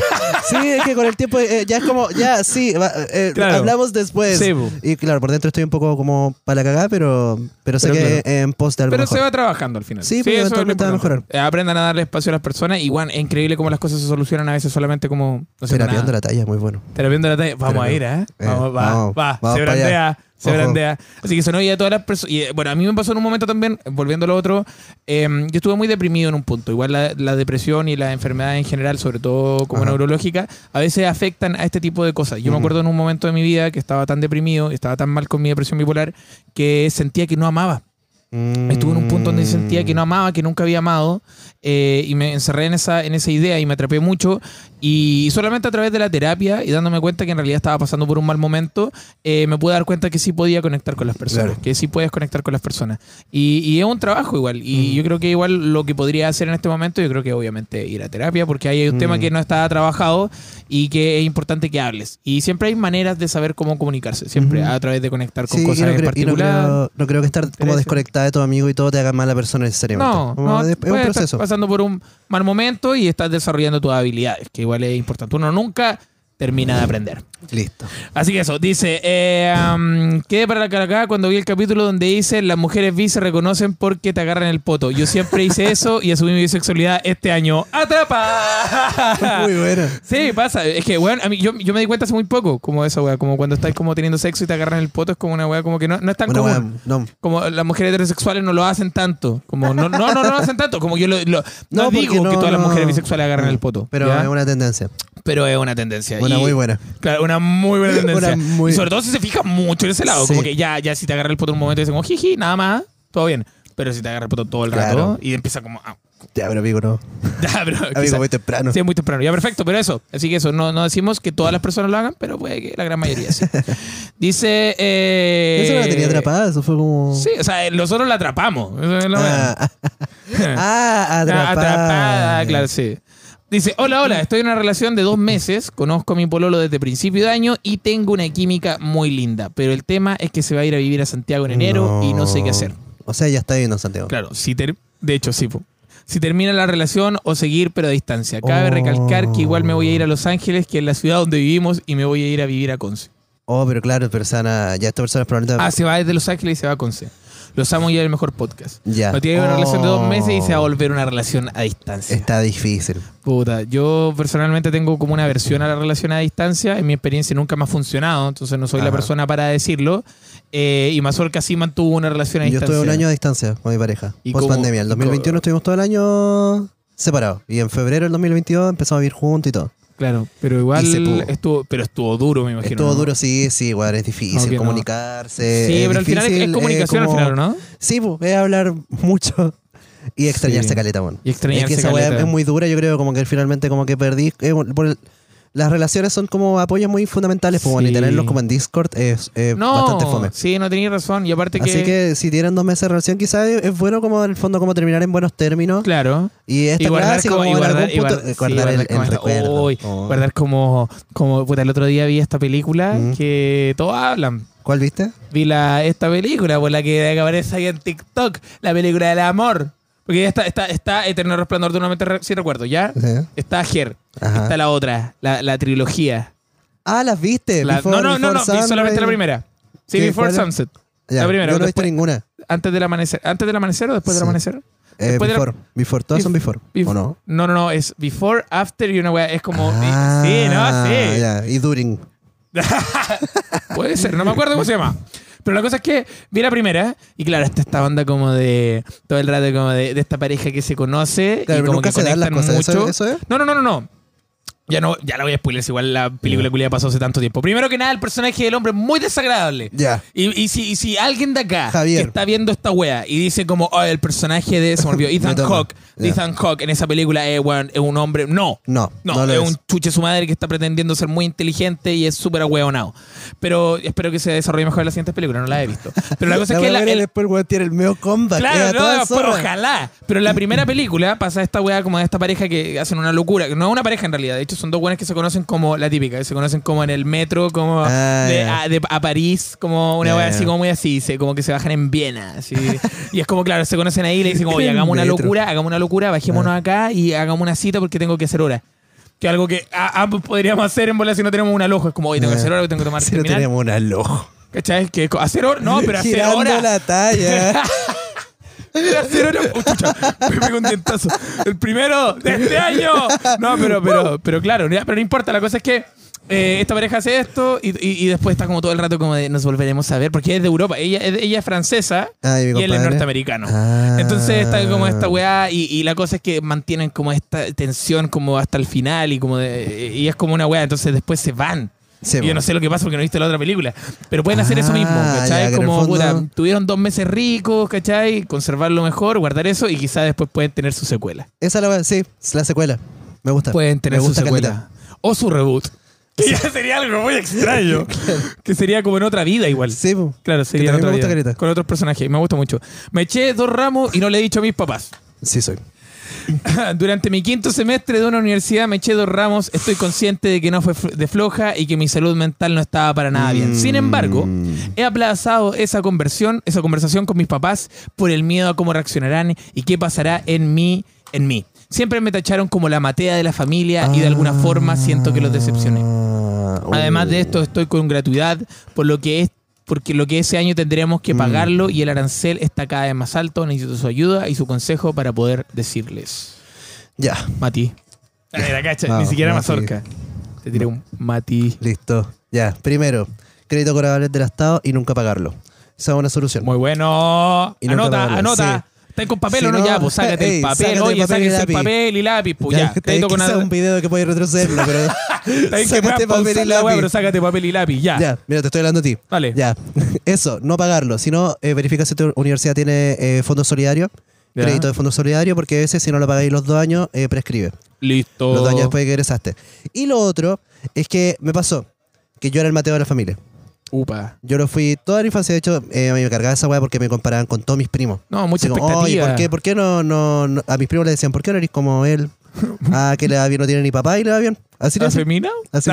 Sí, es que con el tiempo eh, ya es como, ya, sí, va, eh,
Claro.
hablamos después.
Sí, bu.
y claro, por dentro estoy un poco como para la cagada, pero, pero sé
Pero
que en post de algo
Pero
mejor.
se va trabajando al final.
Sí, pues, pero
eso es lo
eventualmente va a
importante.
mejorar.
Eh, Aprendan a darle espacio a las personas. Igual, es increíble cómo las cosas se solucionan a veces solamente como. No sé,
Terapiando la talla, muy bueno.
Terapiando la talla. Vamos a ir,
Terapia.
¿eh?
Eh,
Vamos, va,
vamos,
va.
vamos
se
para allá.
brandea, se
Ojo.
brandea. Así que sonó ya a todas las personas. Y eh, bueno, a mí me pasó en un momento también, eh, volviendo a lo otro, eh, yo estuve muy deprimido en un punto. Igual la, la depresión y las enfermedades en general, sobre todo como
Ajá.
neurológica, a veces afectan a este tipo de cosas. Yo me acuerdo en un momento de mi vida que estaba tan deprimido, estaba tan mal con mi depresión bipolar, que sentía que no amaba.
Mm.
Estuve en un punto donde sentía que no amaba, que nunca había amado, eh, y me encerré en esa, en esa idea y me atrapé mucho. Y solamente a través de la terapia y dándome cuenta que en realidad estaba pasando por un mal momento, eh, me pude dar cuenta que sí podía conectar con las personas,
Claro.
que sí puedes conectar con las personas. Y, y es un trabajo igual.
Mm.
Y yo creo que igual lo que podría hacer en este momento, yo creo que obviamente ir a terapia, porque ahí hay un
Mm.
tema que no está trabajado y que es importante que hables. Y siempre hay maneras de saber cómo comunicarse, siempre
Ujú.
a través de conectar con
Sí, y
cosas
no
en
creo, y no
particular.
creo- no creo que estar como
Gracias.
desconectada de tu amigo y todo te haga mala persona necesariamente.
No,
Como
no,
es- es
puedes
un
estar
proceso.
pasando por un mal momento y estás desarrollando tus habilidades, que igual es importante. Uno nunca termina de aprender.
Listo.
Así que eso, dice, eh, am, quedé para la caracada cuando vi el capítulo donde dice las mujeres bi se reconocen porque te agarran el poto. Yo siempre hice eso y asumí mi bisexualidad este año. ¡Atrapa!
Muy bueno.
Sí, pasa. Es que, weón, a mí, yo, yo me di cuenta hace muy poco, como eso, weón. Como cuando estás como teniendo sexo y te agarran el poto, es como una weá como que no, no es tan
Una
común.
weá, no.
Como las mujeres heterosexuales no lo hacen tanto. Como no, no, no, no lo hacen tanto. Como yo lo, lo- no,
porque
digo que
no,
todas las
no.
mujeres bisexuales agarran el poto.
Pero
¿ya?
es una tendencia.
Pero es una tendencia.
Una
Y-
muy buena.
Claro, una muy buena tendencia.
Una muy-
Y sobre todo si se fija mucho en ese lado.
Sí.
Como que ya, ya si te agarra el poto un momento y dicen, oh, jiji, nada más, todo bien. Pero si te agarra el poto todo el rato
Claro.
y empieza como, ah,
Ya, pero amigo, no.
ya, pero
Amigo,
quizá-
muy temprano.
Sí, es muy temprano. Ya, perfecto, pero eso. Así que eso, no, no decimos que todas las personas lo hagan, pero puede que la gran mayoría sí. Dice. Eh,
Eso no la tenía atrapada, eso fue como.
Sí, o sea, eh, nosotros la atrapamos. Eso es lo
Ah, ah,
bueno.
ah, atrapada.
Atrapada, claro, sí. Dice, hola, hola, estoy en una relación de dos meses, conozco a mi pololo desde principio de año y tengo una química muy linda, pero el tema es que se va a ir a vivir a Santiago en enero y no sé qué hacer.
O sea, ya está viendo Santiago.
Claro, si ter- de hecho, sí. po. Si termina la relación o seguir, pero a distancia. Cabe
Oh.
recalcar que igual me voy a ir a Los Ángeles, que es la ciudad donde vivimos, y me voy a ir a vivir a Conce.
Oh, pero claro, pero se van a- ya esta persona es probablemente.
Ah, se va desde Los Ángeles y se va a Conce. Los amo y es el mejor podcast.
Ya.
No tiene una
Oh.
relación de dos meses y se va a volver una relación a distancia.
Está difícil.
Puta, yo personalmente tengo como una aversión a la relación a distancia. En mi experiencia nunca me ha funcionado, entonces no soy la
Ajá.
persona para decirlo. Eh, y Mazorca sí mantuvo una relación a
Yo
distancia.
estuve un año a distancia con mi pareja.
¿Y
Post pandemia. El
cómo-
2021 estuvimos todo el año separados. Y en febrero del 2022 empezamos a vivir juntos y todo.
Claro, pero
Y se
igual
pudo.
estuvo, pero estuvo duro, me imagino.
Estuvo
¿no?
duro, sí, sí, igual es
No,
difícil
que no.
comunicarse.
Sí,
es
pero al final es- es,
difícil,
comunicación
como-
al final, ¿no?
Sí, pues, es hablar mucho y extrañarse
Sí.
caleta, bueno.
Y extrañarse
Es que esa weá
caleta.
es muy dura, yo creo, como que finalmente como que perdí... eh, por el- las relaciones son como apoyos muy fundamentales, pues, bueno,
Sí.
y tenerlos como en Discord es eh, bastante
No,
fome.
sí, no tenías razón. Y aparte que,
Así que si tienen dos meses de relación, quizás es, es bueno como en el fondo como terminar en buenos términos.
claro.
Y esta
y guardar
clase
como, y
como en
guardar,
algún
y guardar-
punto... eh,
sí,
Guardar el,
guardar como
el
esta-
recuerdo.
Uy,
Oh.
Guardar como, como, puta, el otro día vi esta película
Mm.
que todos hablan.
¿Cuál viste?
Vi la, esta película, por la que aparece ahí en TikTok, la película del amor. Porque está, está, está Eterno Resplandor de una mente re- sin recuerdo, ¿ya?
Sí.
Está Her,
Ajá.
está la otra, la, la trilogía.
Ah, ¿las viste?
La-
Before-
no, no, no,
Before
no, vi
Sunrise.
solamente la primera. Sí,
¿Qué,
Before
cuál era?
Sunset.
Ya,
la primera.
Yo no he visto
después-
ninguna.
antes del amanecer. ¿Antes del amanecer o después del
Sí.
amanecer?
Eh,
Después de la-
before, before, todas son before.
Bef-
¿O no?
No, no, no, es Before, After y una weá. Es como.
Ah,
sí, no, sí.
ya, Y During.
Puede ser, no me acuerdo cómo se llama. Pero la cosa es que vi la primera y claro, está esta onda como de todo el rato como de, de esta pareja que se conoce
Claro,
y
pero
como
nunca
que
se dan las
conectan
cosas,
mucho.
¿eso- eso es?
No, no, no, no, no. Ya no, ya la voy a spoiler, igual la película culia pasó hace tanto tiempo. Primero que nada, el personaje del hombre es muy desagradable.
Ya.
Y, y si, y si alguien de acá
Javier.
que está viendo esta wea y dice como, oh, el personaje de se me olvidó, Ethan
toma.
Hawke, de
Ya.
Ethan Hawke en esa película eh, weón, es un hombre, no,
No,
no,
no lo
es,
es.
un chuche su madre que está pretendiendo ser muy inteligente y es súper ahueonado. Pero espero que se desarrolle mejor en las siguientes películas, no las he visto. Pero la cosa es que
wea
la-
era
el-
después, weón, tiene el medio comeback. era
Claro, no,
toda
no,
zorra.
pero ojalá. Pero en la primera película pasa esta weá como de esta pareja que hacen una locura. que No es una pareja en realidad. De hecho, son dos weones que se conocen como la típica. Que se conocen como en el metro, como
Ah,
de,
ya.
a, de- a París, como una
Ya,
weá
ya.
así como muy así. se- como que se bajan en Viena. así. y es como, claro, se conocen ahí y le dicen, como, oye,
En
hagamos una
metro. Ah.
locura, hagamos una locura, bajémonos acá y hagamos una cita porque tengo que hacer hora. Que algo que a- ambos podríamos hacer en bola si no tenemos un alojo. Es como, oye, tengo que
Ya.
hacer hora, tengo que tomar
Si no
terminal.
tenemos un alojo.
¿Cachai? Que co- hacer hora, no, pero hacer
Girando
hora.
la talla.
Hacer hora. Oh, chucha, me pegó un dientazo. El primero de este año. No, pero, pero, pero claro, ya, pero no importa. La cosa es que eh, esta pareja hace esto y, y- y después está como todo el rato como de nos volveremos a ver porque ella es de Europa. Ella, es de- ella es francesa
Ay, Ah, mi
y él es
compadre.
norteamericano.
Ah.
Entonces está como esta weá y, y la cosa es que mantienen como esta tensión como hasta el final y como de, y es como una weá. Entonces después se van.
Sí,
Y yo
bueno.
no sé lo que pasa porque no viste la otra película. Pero pueden hacer eso
Ah,
mismo,
ya,
¿cachai?
que en el
Como,
fondo-
puta, tuvieron dos meses ricos, ¿cachai? Conservarlo mejor, guardar eso y quizás después pueden tener su secuela.
Esa es la wea, sí, es la secuela. Me gusta.
Pueden tener
Me
su
gusta
secuela. O su reboot. Que ya sería algo muy extraño. que sería como en otra vida igual.
caleta. Sí, po.
Claro, sería en
también
otra
me gusta
vida.
caleta.
Con otros personajes. Me gusta mucho. Me eché dos ramos y no le he dicho a mis papás.
Sí, soy.
Durante mi quinto semestre de una universidad me eché dos ramos. Estoy consciente de que no fue fl- de floja y que mi salud mental no estaba para nada bien. Sin embargo, he aplazado esa conversión, esa conversación con mis papás por el miedo a cómo reaccionarán y qué pasará en mí, en Ah,
Ah,
mí. Siempre me tacharon como la matea de la familia y de alguna forma siento que los decepcioné. Además de esto, estoy con gratuidad, por lo que es porque lo que ese año tendríamos que pagarlo y el arancel está cada vez más alto. Necesito su ayuda y su consejo para poder decirles.
Ya,
Mati. Dale, la cacha, este,
Vamos,
ni siquiera
Mati.
Mazorca. Te tiré un Mati.
listo. Ya, primero, crédito cobrable del Estado y nunca pagarlo. Esa es una solución.
Muy bueno.
Y no
Anota,
acabaron,
anota. ¿Estás con papel
Si
o no?
no,
ya, pues sácate
ey,
el papel.
sácate
Oye,
el papel y
sáquense el
lápiz.
papel y lápiz. Pues ya,
Ya,
te
hay
con
quizá un video que puede retrocederlo, pero.
que
sácate
puedas
papel y
pausar la weá,
lápiz.
pero sácate papel y lápiz. Ya.
Ya, mira, te estoy hablando a ti.
Vale.
Ya. Eso, no pagarlo. Si no, eh, verifica si tu universidad tiene eh, fondo solidario,
Ya.
crédito de fondo solidario, porque a veces si no lo pagáis los dos años, eh, prescribe.
Listo.
Los dos años después de que egresaste. Y lo otro es que me pasó que yo era el mateo de la familia.
Upa.
Yo lo fui toda la infancia, de hecho, eh, a mí me cargaba esa weá porque me comparaban con todos mis primos.
No, mucha
Así como, "Oye,
expectativa.
¿por qué, por qué no, no, no-" A mis primos le decían, ¿por qué no eres como él? Ah, que le va bien, no tiene ni papá y le va bien. Así le decían.
¿Afeminado?
Así-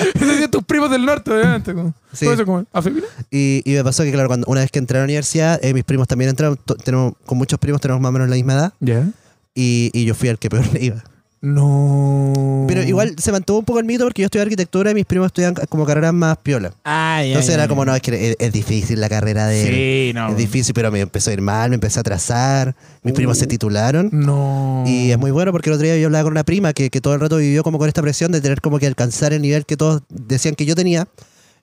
Esos tus primos del norte, obviamente. como-
Sí.
todo eso como, ¿Afeminado?
Y, y me pasó que, claro, cuando una vez que entré a la universidad, eh, mis primos también entraron. to- Tenemos, con muchos primos tenemos más o menos la misma edad.
Ya.
Y, y yo fui al que peor le iba.
No.
Pero igual se mantuvo un poco el mito porque yo estudié arquitectura y mis primos estudian ca- como carreras más piola.
Ah, ya,
Entonces
ya,
era
ya.
como, no, es que es, es difícil la carrera de él.
Sí, no. Uh.
Es difícil, pero me empezó a ir mal, me empecé a atrasar. Mis primos se titularon.
No.
Y es muy bueno porque el otro día yo hablaba con una prima que, que todo el rato vivió como con esta presión de tener como que alcanzar el nivel que todos decían que yo tenía.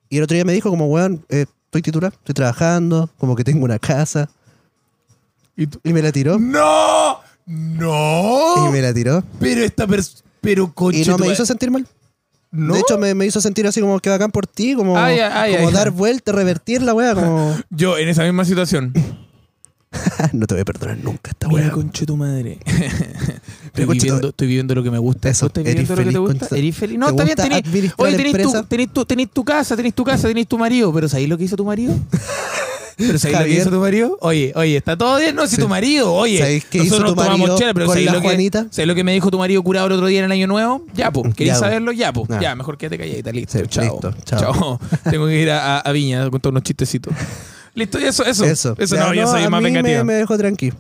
Y el otro día me dijo como, weón, eh, estoy titular, estoy trabajando, como que tengo una casa.
¿Y tú?
Y me la tiró.
¡No!
Y
¡No!
me la tiró.
Pero esta persona. Pero
Y
coche.
no me
tu-
hizo sentir mal.
¿No?
De hecho, me, me hizo sentir así como que bacán por ti, como,
Ay, ay,
como
ay.
dar vuelta, revertir la wea, como...
Yo en esa misma situación.
"Ah, no te voy a perdonar nunca esta
Mira,
wea.
conche tu madre. estoy,
conche tu-
viviendo, estoy viviendo lo que me gusta.
Eso,
¿Tú estás
eres
viviendo lo que te
feliz,
gusta?
concha-
¿Eres feliz? No,
¿te
está bien,
gusta
tenés.
administrar
Oye, tenés tu,
empresas?
tenés, tu, tenés tu casa, tenés tu casa, tenés tu marido. Pero ¿sabés lo que hizo tu marido? ¿Pero sabés lo que
Javier.
hizo tu marido? Oye, oye, está todo bien. No, si
Sí.
tu marido, oye.
¿Sabés qué hizo
nosotros
tu
tomamos
marido
chela, pero
con
¿sabés
la
lo que-
Juanita?
¿Sabés lo que me dijo tu marido curado el otro día en el año nuevo? Ya, pues. ¿Querés
Ya, po.
saberlo? Ya, pues.
Ah.
Ya, mejor quédate calladita. Listo,
Sí,
chao.
listo,
chao.
chao.
Tengo que ir a, a- a Viña a contar unos chistecitos. Listo, y eso, eso.
Eso.
Eso, no,
Ya,
yo soy
a
más
mí
vengativo.
me, me dejó tranquilo.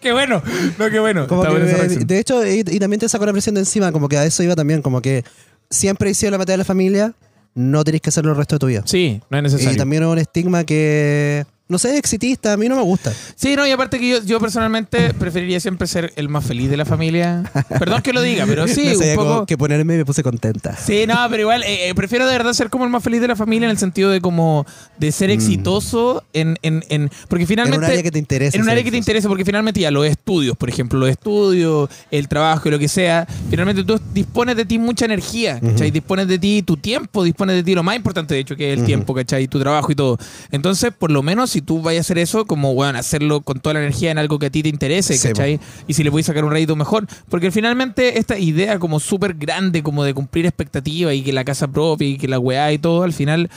Qué bueno, no, qué bueno.
Como
Está
que
buena esa
me-
reacción.
de hecho, y, y también te sacó la presión de encima, como que a eso iba también, como que siempre he sido la materia de la familia, no tenés que hacerlo el resto de tu vida.
Sí, no es
y
necesario.
también es un estigma que, no sé, exitista, a mí no me gusta.
Sí, no, y aparte que yo, yo personalmente preferiría siempre ser el más feliz de la familia. Perdón que lo diga, pero sí,
No sabía
un
cómo-
poco.
que ponerme y me puse contenta.
Sí, no, pero igual eh, eh, prefiero de verdad ser como el más feliz de la familia en el sentido de como de ser exitoso en, en, en porque
Mm. En un
finalmente
área que te interesa.
en un
ser
área que te
exitoso.
interese, porque finalmente ya los estudios, por ejemplo, los estudios, el trabajo y lo que sea, finalmente tú dispones de ti mucha energía, ¿cachai? Dispones de ti tu tiempo, dispones de ti lo más importante, de hecho, que es el tiempo, ¿cachai? Tu trabajo y todo. Entonces, por lo menos, si tú vayas a hacer eso, como, bueno, hacerlo con toda la energía en algo que a ti te interese,
Sí,
¿cachai? Y si le puedes sacar un rédito mejor. Porque finalmente esta idea como súper grande, como de cumplir expectativas y que la casa propia y que la weá y todo, al final...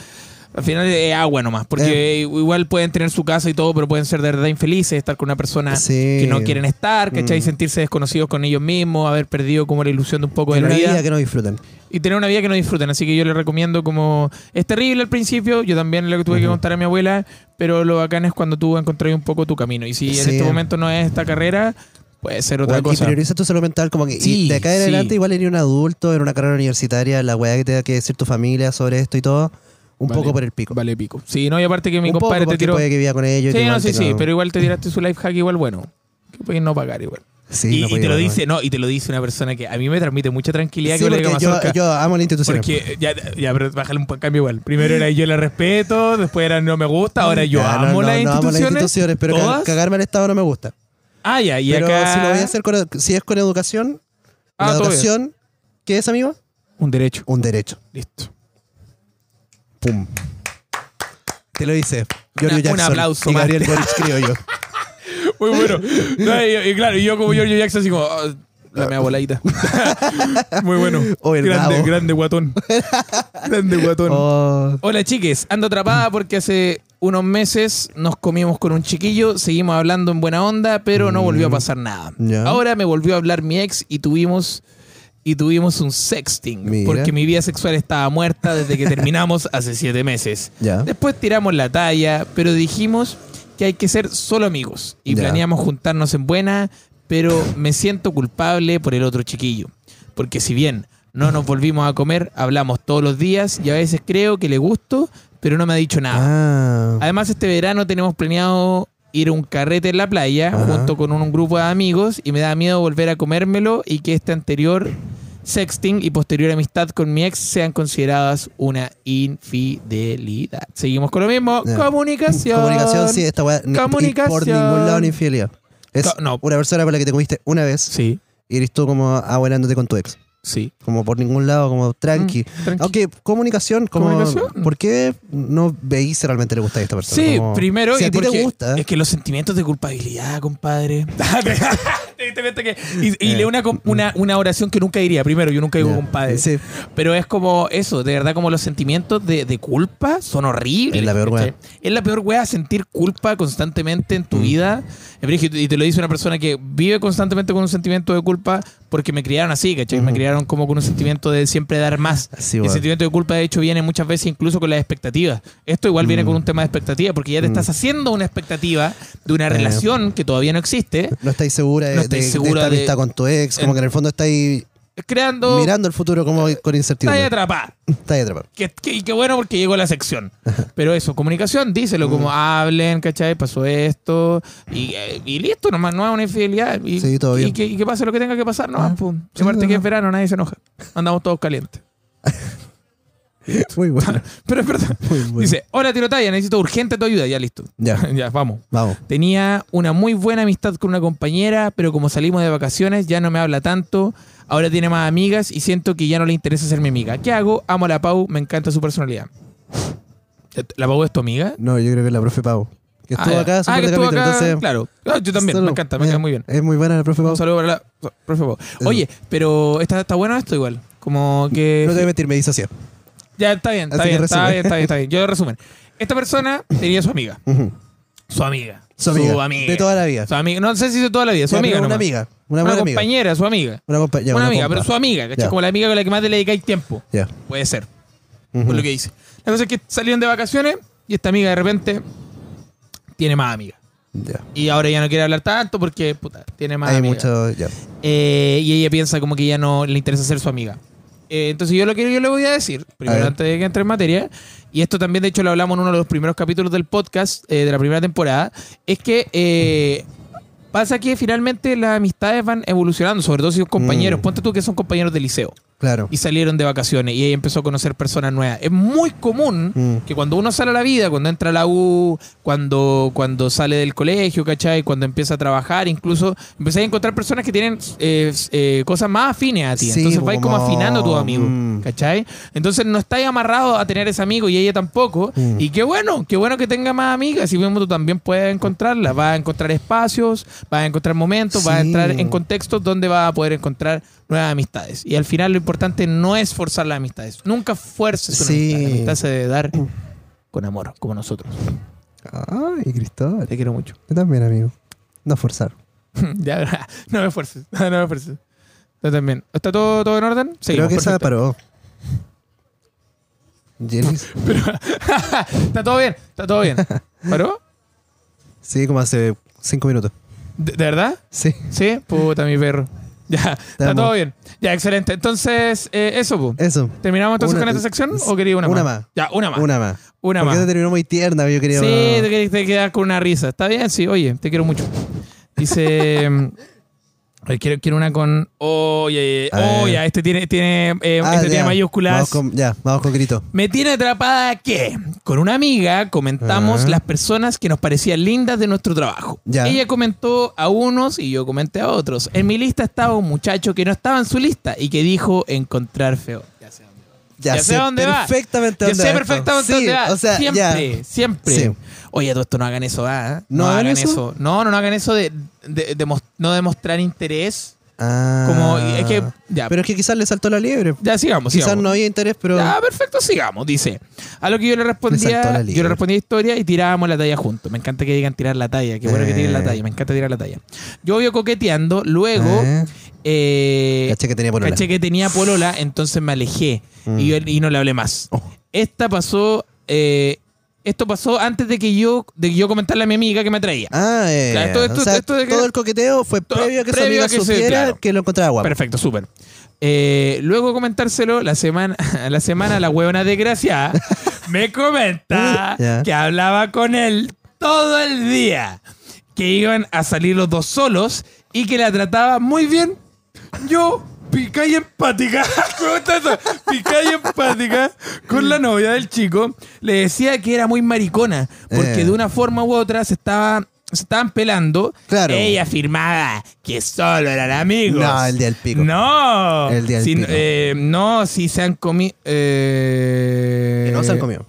Al final es agua nomás,
Eh.
porque igual pueden tener su casa y todo, pero pueden ser de verdad infelices, estar con una persona
Sí.
que no quieren estar, ¿cachai?
Mm.
Sentirse desconocidos con ellos mismos, haber perdido como la ilusión de un poco de
En
la
una
vida
vida que no disfrutan.
y tener una vida que no disfruten. Así que yo les recomiendo como... Es terrible al principio, yo también lo que tuve que contar a mi abuela, pero lo bacán es cuando tú encontrás un poco tu camino. Y si en
Sí.
este momento no es esta carrera, puede ser otra
Bueno, y
cosa.
prioriza tu salud mental como que
Sí,
y de acá en
sí.
adelante igual eres un adulto, en una carrera universitaria, la weá que te da que decir tu familia sobre esto y todo, un
Vale,
poco por el pico.
Vale, pico. Sí, no, y aparte que mi
un
compadre
poco
te
porque
tiró...
puede que viva con ellos.
Sí,
y
no,
que igual
sí,
tenga-
sí, pero igual te tiraste su life hack igual bueno. Que puedes no pagar igual.
Sí,
y,
no
y
puede
te lo
vivir con
dice, no, y te lo dice una persona que a mí me transmite mucha tranquilidad que
Sí,
lo
porque
diga
yo,
Mazorca.
yo amo la institución.
Porque ya, ya, pero bájale un cambio igual. Primero era yo la respeto, después era no me gusta, ahora yo
Ya, no,
amo
no,
las
no amo
instituciones.
pero ca-
¿Todas?
cagarme al Estado no me gusta.
Ah, ya, y
pero
acá
si lo voy a hacer con, si es con educación,
Ah,
la
todo bien.
educación, ¿qué es, amigo?
un derecho.
Un derecho.
Listo.
Pum. Te lo dice. Giorgio
un
Jackson
aplauso
y
más.
Gabriel Boric Criollo.
Muy bueno. No, y, y claro, y yo como Giorgio Jackson así como ah, la mea voladita. Muy bueno.
O el
grande,
Gabo.
grande guatón. grande guatón.
Oh,
Hola chiques, ando atrapada porque hace unos meses nos comimos con un chiquillo, seguimos hablando en buena onda, pero no volvió a pasar nada.
Mm. ya.
Ahora me volvió a hablar mi ex y tuvimos y tuvimos un sexting
Mira.
porque mi vida sexual estaba muerta desde que terminamos hace siete meses.
Ya.
Después tiramos la talla, pero dijimos que hay que ser solo amigos y
Ya.
planeamos juntarnos en buena, pero me siento culpable por el otro chiquillo, porque si bien No nos volvimos a comer, hablamos todos los días y a veces creo que le gusto, pero no me ha dicho nada.
Ah.
Además, este verano tenemos planeado ir a un carrete en la playa
Ajá.
junto con un, un grupo de amigos y me da miedo volver a comérmelo y que este anterior sexting y posterior amistad con mi ex sean consideradas una infidelidad. Seguimos con lo mismo.
Ya.
Comunicación.
Comunicación, sí, esta weá. ni- y Por
Comunicación.
ningún lado ni infidelidad. Es
Co- no.
una persona con la que te comiste una vez
Sí,
y eres tú como abuelándote con tu ex.
sí.
Como por ningún lado, como tranqui.
Mm, tranqui.
Aunque comunicación, como,
Comunicación.
¿por qué no veis si realmente le gusta a esta persona?
Sí,
Como,
primero
si
y
a ti te
porque
gusta.
es que los sentimientos de culpabilidad, compadre. Te diste cuenta que- y y
Eh.
leo una, com- una, una oración que nunca diría. Primero, yo nunca digo
Ya,
compadre.
sí.
Pero es como eso, de verdad, como los sentimientos de, de culpa son horribles.
Es la peor
¿cachai?
weá. Mm.
Es la peor weá sentir culpa constantemente en tu vida. Es brígido, Y te lo dice una persona que vive constantemente con un sentimiento de culpa porque me criaron así, ¿cachai? Me criaron como con un sentimiento de siempre dar más.
Así,
Y el
weón.
sentimiento de culpa, de hecho, viene muchas veces incluso con las expectativas. Esto igual
Mm.
viene con un tema de expectativa porque ya te estás haciendo una expectativa de
Eh.
una relación que todavía no existe,
No estáis segura, de-
No estáis
de, de
segura
esta
de-
amistad con tu ex, como
Eh.
que en el fondo estáis
creando.
mirando el futuro como con
Está ahí
incertidumbre.
atrapada.
Estáis atrapado.
Que, que- y qué bueno porque llegó a la sección. Pero eso, comunicación, díselo
Mm.
como hablen, ¿cachai? Pasó esto. Y, eh, y listo, nomás, no es una infidelidad. Y,
Sí, todo bien.
Y que, y que pase lo que tenga que pasar, no
Ah,
pum.
sí,
Aparte
no,
que
no.
es verano, nadie se enoja. Andamos todos calientes.
Muy bueno.
Pero es verdad.
Muy bueno.
Dice, hola tirotalla, necesito urgente tu ayuda. Ya listo.
Ya.
ya, vamos.
Vamos.
Tenía una muy buena amistad con una compañera, pero como salimos de vacaciones ya no me habla tanto. Ahora tiene más amigas y siento que ya no le interesa ser mi amiga. ¿Qué hago? Amo a la Pau, me encanta su personalidad. ¿La Pau es tu amiga?
No, yo creo que es la profe Pau. Que estuvo
ya.
acá, hace un
ah,
par
que
de
estuvo
capítulos,
acá,
entonces-
Claro. Ah, yo también,
Salud.
me encanta, me
Ya.
encanta muy bien.
Es muy buena la profe Pau.
Un saludo para la so- profe Pau.
Eso.
Oye, pero está, está bueno esto igual. Como que...
No te voy a mentir, me disocié.
Ya, está bien, está
Así que
bien, está
resumen.
bien, está bien, está bien. Yo resumen. Esta persona tenía su amiga.
Ujú.
Su amiga.
Su amiga. De toda la vida.
Su amiga. No sé si de toda la vida, su
Ya,
amiga.
pero Una
nomás.
amiga. Una
Una,
buena amiga.
compañera, su amiga.
Una, compa- ya,
una,
una
amiga,
compa.
pero su amiga, ¿cachai?
Ya.
Como la amiga con la que más le dedicáis tiempo.
Ya.
Puede ser,
Ujú.
por lo que dice. La cosa es que salieron de vacaciones y esta amiga de repente tiene más amigas.
Ya.
Y ahora ya no quiere hablar tanto porque, puta, tiene más
Hay
amigas.
mucho. Ya.
Eh, y ella piensa como que ya no le interesa ser su amiga. Eh, entonces yo lo que yo le voy a decir, primero
ver.
antes de que entre en materia, y esto también de hecho lo hablamos en uno de los primeros capítulos del podcast eh, de la primera temporada, es que eh, pasa que finalmente las amistades van evolucionando, sobre todo si son compañeros.
Mm.
Ponte tú que son compañeros de liceo
Claro.
y salieron de vacaciones y ella empezó a conocer personas nuevas. Es muy común
Mm.
que cuando uno sale a la vida, cuando entra a la U, cuando, cuando sale del colegio, ¿cachai? Cuando empieza a trabajar, incluso empecé a encontrar personas que tienen eh, eh, cosas más afines a ti.
Sí,
Entonces vais como
como-
afinando a tu amigo,
Mm.
¿cachai? Entonces no estáis amarrado a tener ese amigo y ella tampoco.
Mm.
Y qué bueno, qué bueno que tenga más amigas. Y mismo tú también puedes encontrarlas. Vas a encontrar espacios, vas a encontrar momentos, vas a
Sí.
entrar en contextos donde vas a poder encontrar nuevas amistades. Y al final lo importante no es forzar las amistades. Nunca fuerces una
Sí.
amistad. La amistad se debe dar con amor, como nosotros.
Ay, Cristóbal.
Te quiero mucho.
Yo también, amigo. No forzar.
ya, no me esfuerces. No me esfuerces. Tú también. ¿Está todo, todo en orden?
Creo
Seguimos,
que esa
perfecto.
paró. Jennings.
Está todo bien, está todo bien. ¿Paró?
Sí, como hace cinco minutos.
¿De- ¿De verdad?
Sí.
Sí, puta, mi perro. Ya, está
amo.
todo bien. Ya, excelente. Entonces, eh, eso, po.
Eso.
¿Terminamos entonces
Una-
con esta sección o quería una más?
una más.
Ya, una más. Una,
Una más. Porque
más.
esta terminó muy tierna, yo quería.
Sí, te querés te quedar con una risa. Está bien, sí, oye, te quiero mucho. Dice. mm, a ver, quiero, quiero una con. Oye,
A ver.
oye, ya, este tiene, tiene, eh,
Ah,
este tiene
ya.
mayúsculas.
Vamos con, ya, vamos con grito.
Me tiene atrapada que con una amiga comentamos
Ah.
las personas que nos parecían lindas de nuestro trabajo.
Ya.
Ella comentó a unos y yo comenté a otros. En mi lista estaba un muchacho que no estaba en su lista y que dijo encontrar feo. Ya sé dónde va. Ya sé dónde va.
perfectamente
Ya
dónde
sé
va
perfectamente
esto.
dónde
Sí,
va.
O sea,
siempre,
ya.
siempre.
Sí.
Oye, todo esto no hagan eso, ¿ah? No,
¿No hagan
hagan
eso?
eso? No, no, no hagan eso de, de- de mos- no demostrar interés.
Ah.
Como, es que- ya.
Pero es que quizás le saltó la liebre.
Ya sigamos,
Quizás
sigamos.
no había interés, pero.
Ah, perfecto, sigamos, dice. A lo que yo le
Me saltó la
respondía,
liebre.
yo le respondía historia y tirábamos la talla juntos. Me encanta que digan tirar la talla, qué bueno que tiren la
Eh.
talla, me encanta tirar la talla. Yo obvio coqueteando, luego
Eh.
eh,
Caché que Mm. tenía por
caché que tenía polola, entonces me alejé y, yo- y no le hablé más.
Oh.
Esta pasó eh, esto pasó antes de que yo, de que yo comentarle a mi amiga que me traía.
Ah, eh,
Claro, esto- esto-
o sea,
esto de que-
todo el coqueteo fue
Todo-
previo a que
previo
su amiga
a que se-
supiera
claro.
que lo encontraba guapo.
Perfecto, súper. Eh, luego comentárselo la semana, a la semana la huevona desgraciada me comenta
Ya.
que hablaba con él todo el día, que iban a salir los dos solos y que la trataba muy bien. Yo pica y empática, me gusta eso, pica y empática con la novia del chico, le decía que era muy maricona, porque
Eh.
de una forma u otra se estaba se estaban pelando.
Claro.
Ella afirmaba que solo eran amigos amigos.
No, el día del pico.
No.
El día del
Si-
pico.
eh, no, si se han comido.
Que no se han comido.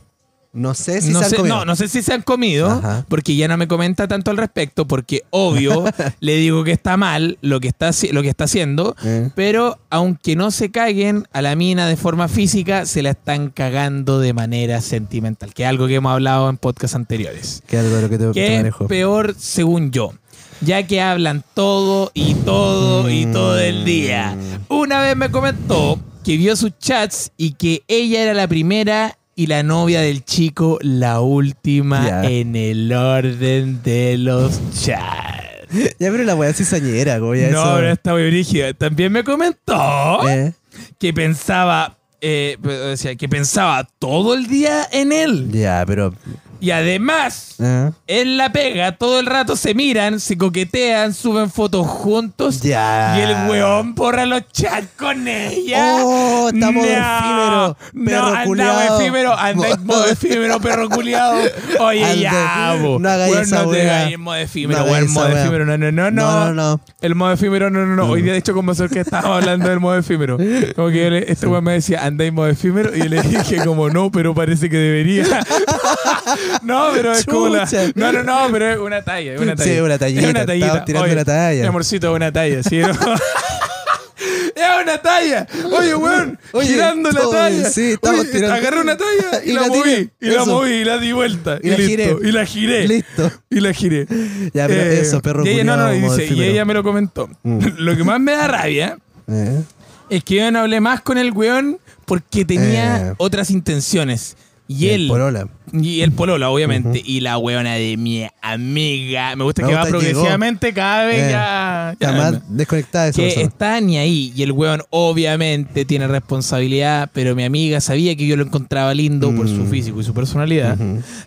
No sé si
no
se han
sé,
comido.
No, no sé si se han comido,
Ajá.
porque ya no me comenta tanto al respecto, porque obvio le digo que está mal lo que está, haci- lo que está haciendo,
Eh.
pero aunque no se caguen a la mina de forma física, se la están cagando de manera sentimental, que es algo que hemos hablado en podcasts anteriores.
Que algo de lo que te, te
Que es
manejo.
peor según yo. Ya que hablan todo y todo
Mm.
y todo el día. Una vez me comentó que vio sus chats y que ella era la primera y la novia del chico la última
Ya.
en el orden de los chats.
Ya, pero la weá es cizañera, güey. ya
no,
eso-
pero está muy brígida. También me comentó
Eh,
que pensaba, eh, o sea, que pensaba todo el día en él.
Ya, pero.
Y además,
eh,
en la pega, todo el rato se miran, se coquetean, suben fotos juntos.
Ya.
Y el weón borra los chats con ella.
Oh, está modo efímero, perro
No,
culiao.
anda efímero, anda en modo efímero, perro culiado. Oye,
Anda-
ya, bo.
no hagáis
Weón,
esa
no te
wea.
hagáis en modo efímero,
No
weón,
hagáis esa
modo
wea.
efímero, no, no, no, no.
No, no, Mm. no.
El modo efímero, no, no, no. Hoy día, de hecho, con Mazor que estábamos hablando del modo efímero. Como que yo le- este weón me decía, anda en modo efímero. Y yo le dije, como no, pero parece que debería. no, pero es como la.
Chucha.
No, no, no, pero es una talla. es Una
Sí,
talla.
una tallita,
Es una tallita.
estaba tirando
Oye,
una talla.
Mi amorcito, es una talla, ¿sí? ¿no? Es una talla. Oye, weón.
Oye,
girando la
todo bien,
talla.
sí, estamos
Oye,
tirando-
Agarré una talla y,
Y
la,
la
moví.
tiré.
Y la
Eso.
moví y la di vuelta.
Y
Y,
la
listo,
giré.
Y la giré.
Listo.
Y la giré. Eh,
Ya, pero eso, perro
y ella, no, no,
culiao,
y
modo
dice, y
efímero.
ella me lo comentó.
Mm.
Lo que más me da rabia
eh.
es que yo no hablé más con el weón porque tenía
Eh.
otras intenciones. Y,
Y el
él.
polola.
Y el polola, obviamente. Y la weona de mi amiga. Me gusta
Me
que va
gusta, llegó.
progresivamente cada vez
Eh,
ya. ya
Está más desconectada de esa
que
persona.
está ni ahí. Y el weón obviamente tiene responsabilidad, pero mi amiga sabía que yo lo encontraba lindo por
Mm.
su físico y su personalidad.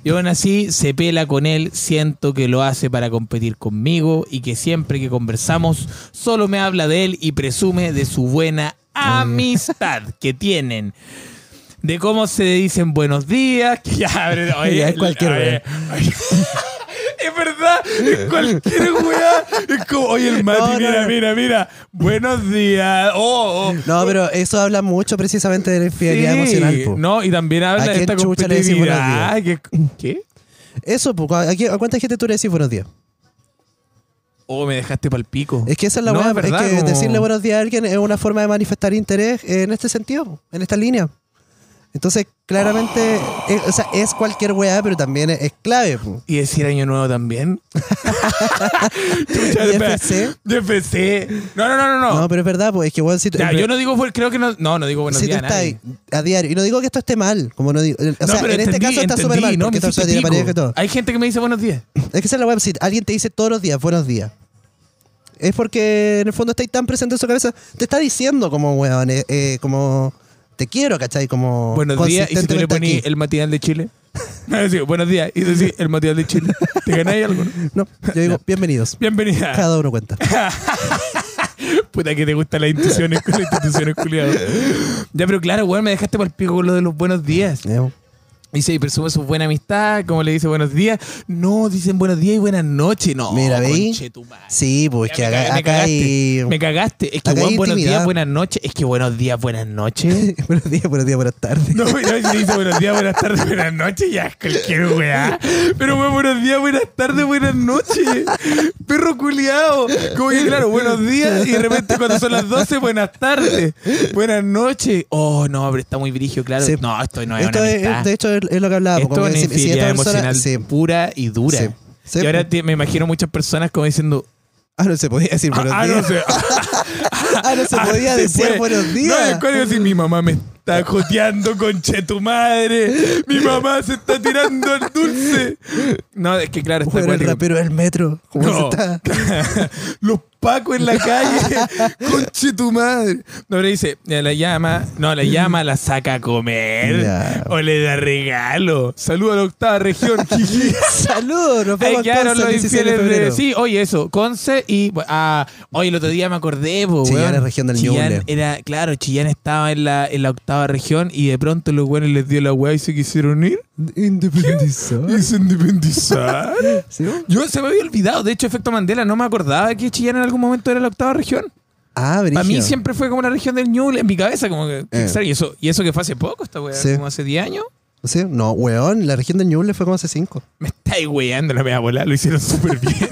Y aún así se pela con él, siento que lo hace para competir conmigo y que siempre que conversamos solo me habla de él y presume de su buena
Mm.
amistad que tienen. De cómo se dicen buenos días, que ya, pero, oye,
Ya es cualquier
oye, oye. Es verdad, es cualquier weá. Es como, oye, el Mati,
No, no,
mira,
no.
mira, mira. Buenos días. Oh, oh.
No, pero eso habla mucho precisamente de la infidelidad
Sí.
emocional. po.
No, y también habla
¿A
de
quién
esta
chucha le decís
competitividad. que- ¿Qué?
Eso, po, ¿a, qué- a cuánta gente tú le decís buenos días?
Oh, me dejaste pa'l pico.
Es que esa es la
No,
weá,
es verdad,
es que
como-
decirle buenos días a alguien es una forma de manifestar interés en este sentido, po, en esta línea. Entonces, claramente, es, o sea, es cualquier weá, pero también es, es clave. po.
Y decir año nuevo también. Chucha, espera.
IFC.
IFC. No, no, no, no.
No,
no.
pero es verdad, pues es que weón, si tú,
Ya,
en
yo
re-
no digo, bu- creo que no. No, no digo buenos
si tú
días. a
estás
nadie.
ahí a diario, y no digo que esto esté mal, como no digo, o sea,
No, pero
en este
entendí,
caso está
entendí,
súper mal,
no,
porque
me
esta persona
hiciste
tiene pareja
pico.
que todo.
Hay gente que me dice buenos días.
Es que esa es la web, si alguien te dice todos los días, buenos días. Es porque en el fondo está ahí tan presente en su cabeza. Te está diciendo como, weón, eh, eh, como te quiero, ¿cachai? Como
Buenos días. Y si tú le
consistentemente
pones
aquí.
el matinal de Chile. Me decís, buenos días. Y decís, el matinal de Chile. ¿Te ganáis algo? no?
No, yo digo, bienvenidos.
Bienvenida.
Cada uno cuenta.
Puta que te gustan las instituciones con las instituciones culiadas. Ya, pero claro, weón, me dejaste para el pico con lo de los buenos días.
Eh,
Dice, y presume su buena amistad, como le dice buenos días. No, dicen buenos días y buenas noches. No,
Mira, ¿veí?
conchetumare.
Sí, pues
Ya
que
me
acá,
caga- me
acá hay...
cagaste. Me cagaste. Es que,
acá hay
weón, buenos días,
intimidad.
buenas noches. Es que buenos días, buenas noches.
buenos días, buenos días, buenas tardes.
No, no, si dice buenos días, buenas tardes, buenas noches, ya es cualquier weá. Pero weón, buenos días, buenas tardes, buenas noches. Perro culiao. Como que claro, buenos días y de repente cuando son las 12, buenas tardes, buenas noches. Oh, no, pero está muy virigio, claro.
Sí.
No, esto no es
Esto
una
es,
amistad.
de hecho, es, es lo que hablábamos.
esto
como
es
que
una
si- si
infidelidad
esta persona-
emocional
sí.
pura y dura.
Sí. Sí.
Y ahora te- me imagino muchas personas como diciendo,
Ah, no se podía decir buenos
ah,
días.
no sé.
Ah, no se
Ah,
podía
se
decir
puede.
buenos
No,
días.
el código si mi mamá me está joteando, conche tu madre. Mi mamá se está tirando el dulce. No, es que claro, está
Bueno, el
acuático.
rapero del metro. ¿Cómo se
No.
está?
Los pacos en la calle. Conche tu madre. No, pero dice, ya la llama, no, la llama, la saca a comer.
Ya.
O le da regalo. Saluda a la octava región, jiji.
Saludos, nos
Ahí
vemos
quedaron
entonces
los
el 16 de
infieles de...
febrero.
Sí, oye, eso. Conce y... Ah, oye, el otro día me acordé, po,
Chillán
weón.
es región del
Chillán
Ñuble.
era, claro, Chillán estaba en la, en la octava región y de pronto los buenos les dio la weá y se quisieron ir
Independizar.
y se independizaron.
¿Sí?
Yo se me había olvidado. De hecho, Efecto Mandela, no me acordaba que Chillán en algún momento era la octava región.
Ah,
Para mí
brígido.
siempre fue como la región del Ñuble en mi cabeza. Como que, qué
Eh.
extraño. y, eso, y eso que fue hace poco, esta weá,
Sí.
como hace 10 años.
Sí, No, weón, la región de Ñuble fue como hace cinco.
Me estáis weando, la me voy a volar. Lo hicieron súper bien.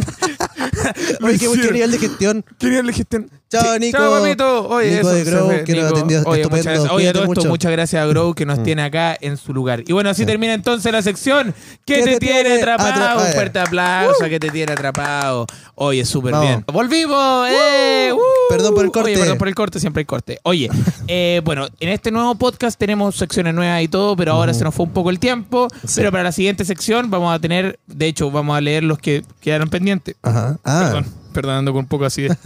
Lo
Oye, qué, qué
hicieron.
nivel de gestión.
¿Quién era el gestión?
Chao,
Sí.
Nico.
Chao, papito. Oye,
Nico
eso,
de Grow,
se fue,
que nos
Nico.
atendió
Oye, muchas
estupendo.
gracias. Oye, a todo
Cuídate
esto,
mucho. Mm.
muchas gracias a Grow que nos tiene acá en su lugar. Y bueno, así termina entonces la sección. ¿Qué,
¿Qué
te,
te
tiene
tiene
atrapado?
atrapado?
Un fuerte aplauso. ¿Qué te tiene atrapado? Oye, súper
Uh. Vamos.
bien. ¡Volvimos! ¡Eh! ¡Uh!
Perdón por el corte.
Oye, perdón por el corte. Siempre hay corte. Oye, eh, bueno, en este nuevo podcast tenemos secciones nuevas y todo, pero ahora se nos fue un poco el tiempo.
Sí.
Pero para la siguiente sección vamos a tener, de hecho, vamos a leer los que quedaron pendientes.
Ajá. Ah,
Perdón, perdón, ando con un poco así de...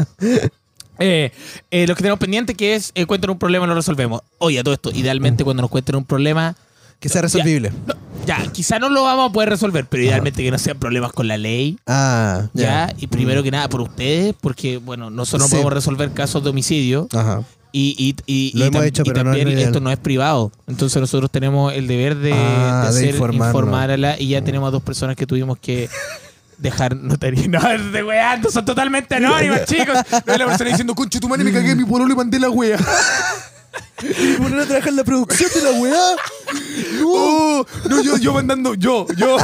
Eh, eh, lo que tenemos pendiente que es eh, cuentan un problema lo resolvemos. Oye, a todo esto, idealmente cuando nos cuenten un problema,
que sea resolvible.
no, ya, quizá no lo vamos a poder resolver, pero idealmente que no sean problemas con la ley,
Ah, ya.
ya, y primero que nada por ustedes, porque bueno, nosotros no
Sí.
podemos resolver casos de homicidio
Ajá.
y, y, y,
Lo
y
hemos
tam-
hecho,
y
pero no es
también
lo ideal.
esto no es privado. Entonces nosotros tenemos el deber de,
Ah,
de Mm.
de
hacer
informarnos.
informarla y ya tenemos a dos personas que tuvimos que dejar notaría. No, de weando, son totalmente anónimas, chicos. No es la persona diciendo, conche tu madre, me cagué en mi pololo y mandé la wea.
Y poner a trabajar en la producción de la weá. Uh.
Oh, no, yo, yo mandando, yo, yo.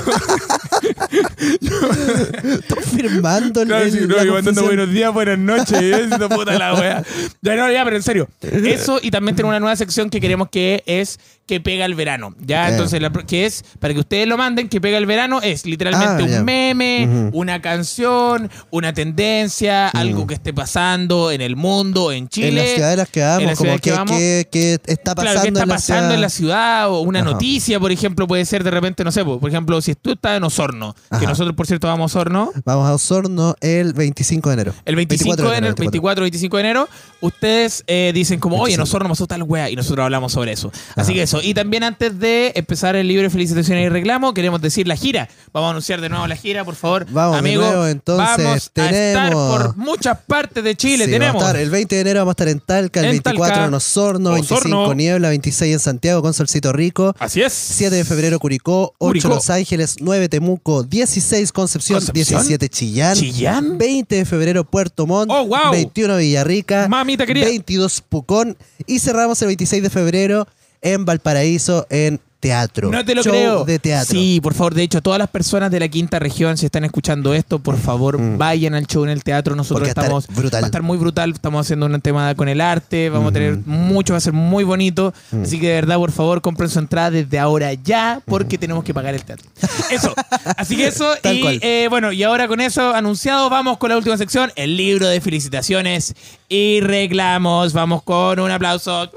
Estoy firmando el,
Claro, sí,
el-
no,
la
yo mandando
confesión.
buenos días, buenas noches. Eso, puta la wea. Ya, no, ya, pero en serio. Eso y también tenemos una nueva sección que queremos que es que pega el verano. Ya,
Ok.
entonces, la pro- que es, para que ustedes lo manden, que pega el verano es literalmente
Ah,
un
ya.
meme, una canción, una tendencia, algo que esté pasando en el mundo, en Chile.
En las ciudades en las que
en las
vamos, como
ciudades
que, que, que está
Claro,
pasando,
¿qué está
en, la
pasando
ciudad?
en la ciudad? O una
Ajá.
noticia, por ejemplo, puede ser de repente, no sé, po, por ejemplo, si tú estás en Osorno, que
Ajá.
nosotros, por cierto, vamos a Osorno,
Vamos a Osorno el 25 de enero.
el 25 de enero, el 24, 25 de enero, ustedes eh, dicen como, oye,
25.
nosotros nos tal weá, y nosotros hablamos sobre eso. Así que eso. Y también antes de empezar el libro de felicitaciones y reclamo, queremos decir la gira. Vamos a anunciar de nuevo la gira, por favor.
Vamos de
amigo,
nuevo, entonces,
vamos a estar
tenemos-
por muchas partes de Chile.
Sí,
tenemos.
vamos a estar el 20 de enero vamos a estar en Talca, el
En
24
Talca,
en Osorno, 25
Osorno.
Niebla, 26 en Santiago con Solcito Rico,
Así es.
7 de febrero Curicó, 8
Curicó.
Los Ángeles, 9 Temuco, 16 Concepción,
¿Concepción?
17 Chillán,
Chillán.
20 de febrero Puerto Montt,
Oh, wow.
21 Villarrica,
Mamita querida.
22 Pucón y cerramos el 26 de febrero en Valparaíso en teatro.
No te lo
Show
creo.
de teatro.
Sí, por favor. De hecho, todas las personas de la quinta región, si están escuchando esto, por favor, vayan al show en el teatro. Nosotros
Mm. Porque va a estar
estamos.
brutal.
Va a estar muy brutal. Estamos haciendo una tema con el arte. Vamos a tener mucho, va a ser muy bonito.
Mm.
Así que de verdad, por favor, compren su entrada desde ahora ya, porque tenemos que pagar el teatro. Eso. Así que eso.
Tal
y
cual.
eh, bueno, y ahora con eso anunciado, vamos con la última sección: el libro de felicitaciones y reclamos. Vamos con un aplauso.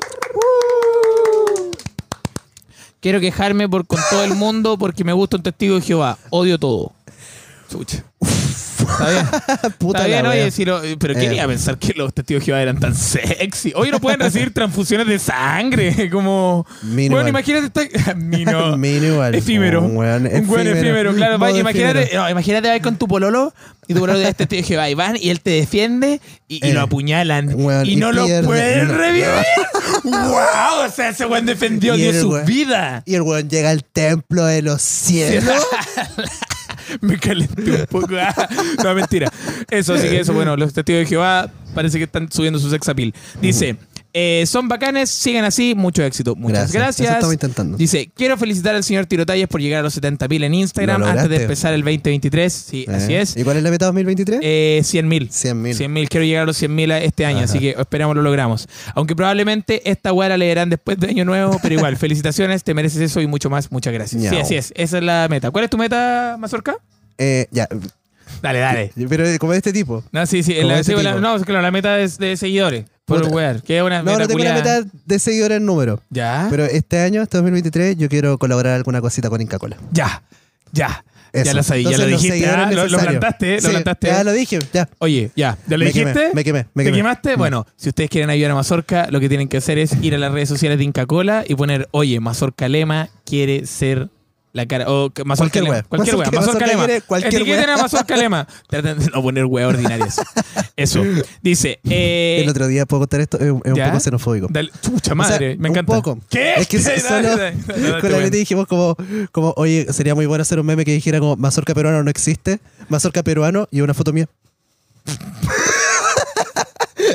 Quiero quejarme por, con todo el mundo porque me gusta un testigo de Jehová. Odio todo. Chucha. Está bien.
Puta
Está bien,
la
oye,
wea.
si lo- pero quería
Eh.
pensar que los testigos de Jehová eran tan sexy. Hoy no pueden recibir transfusiones de sangre. Como.
Mino
Bueno,
igual.
imagínate. Esta... Mino.
Mino igual.
Efímero.
Un weón
Un weón
efímero.
efímero, claro.
Modo
va, imagínate,
efímero.
no, imagínate va con tu pololo y tu pololo es testigo de Jehová y van y él te defiende y, y
Eh.
lo apuñalan.
Weón,
y
y
no lo
pierde.
pueden
No.
revivir. ¡Wow! O sea, ese weón defendió,
Y
dio
el
su
weón-
vida.
Y el weón llega al templo de los cielos.
Me calenté un poco. Ah, no, mentira. Eso, así que eso, bueno, los testigos de Jehová parece que están subiendo su sexapil. Dice, eh, son bacanes, sigan así, mucho éxito. Muchas gracias.
Gracias. Eso estaba intentando.
Dice, quiero felicitar al señor Tirotalles por llegar a los 70.000 en Instagram
Lo
antes de
lograste.
empezar el 2023. Sí, así
Eh.
es.
¿Y cuál es la meta 2023?
Eh, 100.000.
100.000.
100.000. Quiero llegar a los 100.000 a- este año, así que esperamos lo logramos. Aunque probablemente esta weá la leerán después de Año Nuevo, pero igual, felicitaciones, te mereces eso y mucho más. Muchas gracias. Sí,
Ñao.
así es. Esa es la meta. ¿Cuál es tu meta, Mazorca?
Eh, ya.
Dale, dale.
Pero eh, como de este tipo.
No, sí, sí.
Como
la-
ese
sí, la-
tipo.
no, claro, la meta es de seguidores. Por
Puta.
wear. Que es una
No,
meta
no tengo una
culiada. Ah.
meta de seguidores en número.
Ya.
Pero este año, este 2023, yo quiero colaborar alguna cosita con Inca Cola.
Ya. Ya.
Eso.
Ya lo sabí, ya
Entonces,
lo
los
dijiste.
seguidores
ah, lo- lo,
necesarios.
plantaste, eh, lo
Sí,
plantaste.
Ya lo dije, ya.
Oye, ya, ¿ya lo
Me
dijiste?
quemé, me quemé, me
¿Te
quemé.
quemaste? Bueno, si ustedes quieren ayudar a Mazorca, lo que tienen que hacer es ir a las redes sociales de Inca Cola y poner, oye, Mazorca Lema quiere ser la cara. O que- Mazorca
Cualquier
Lema.
wea.
Cualquier wea.
Mazorca-
Mazorca
Mazorca
Lema.
quiere cualquier
Etiqueten
wea.
a Mazorca Lema. Traten de no poner wea ordinarias. Eso. Dice. Eh,
El otro día puedo contar esto, es un, es un
¿ya?
poco xenofóbico.
dale- chucha
O sea,
madre, me
un
encanta.
poco.
¿Qué?
Es que
Dale,
solo
dale, dale, dale,
con la
bueno.
que dijimos como, como, oye, sería muy bueno hacer un meme que dijera como mazorca peruano no existe, mazorca peruano y una foto mía.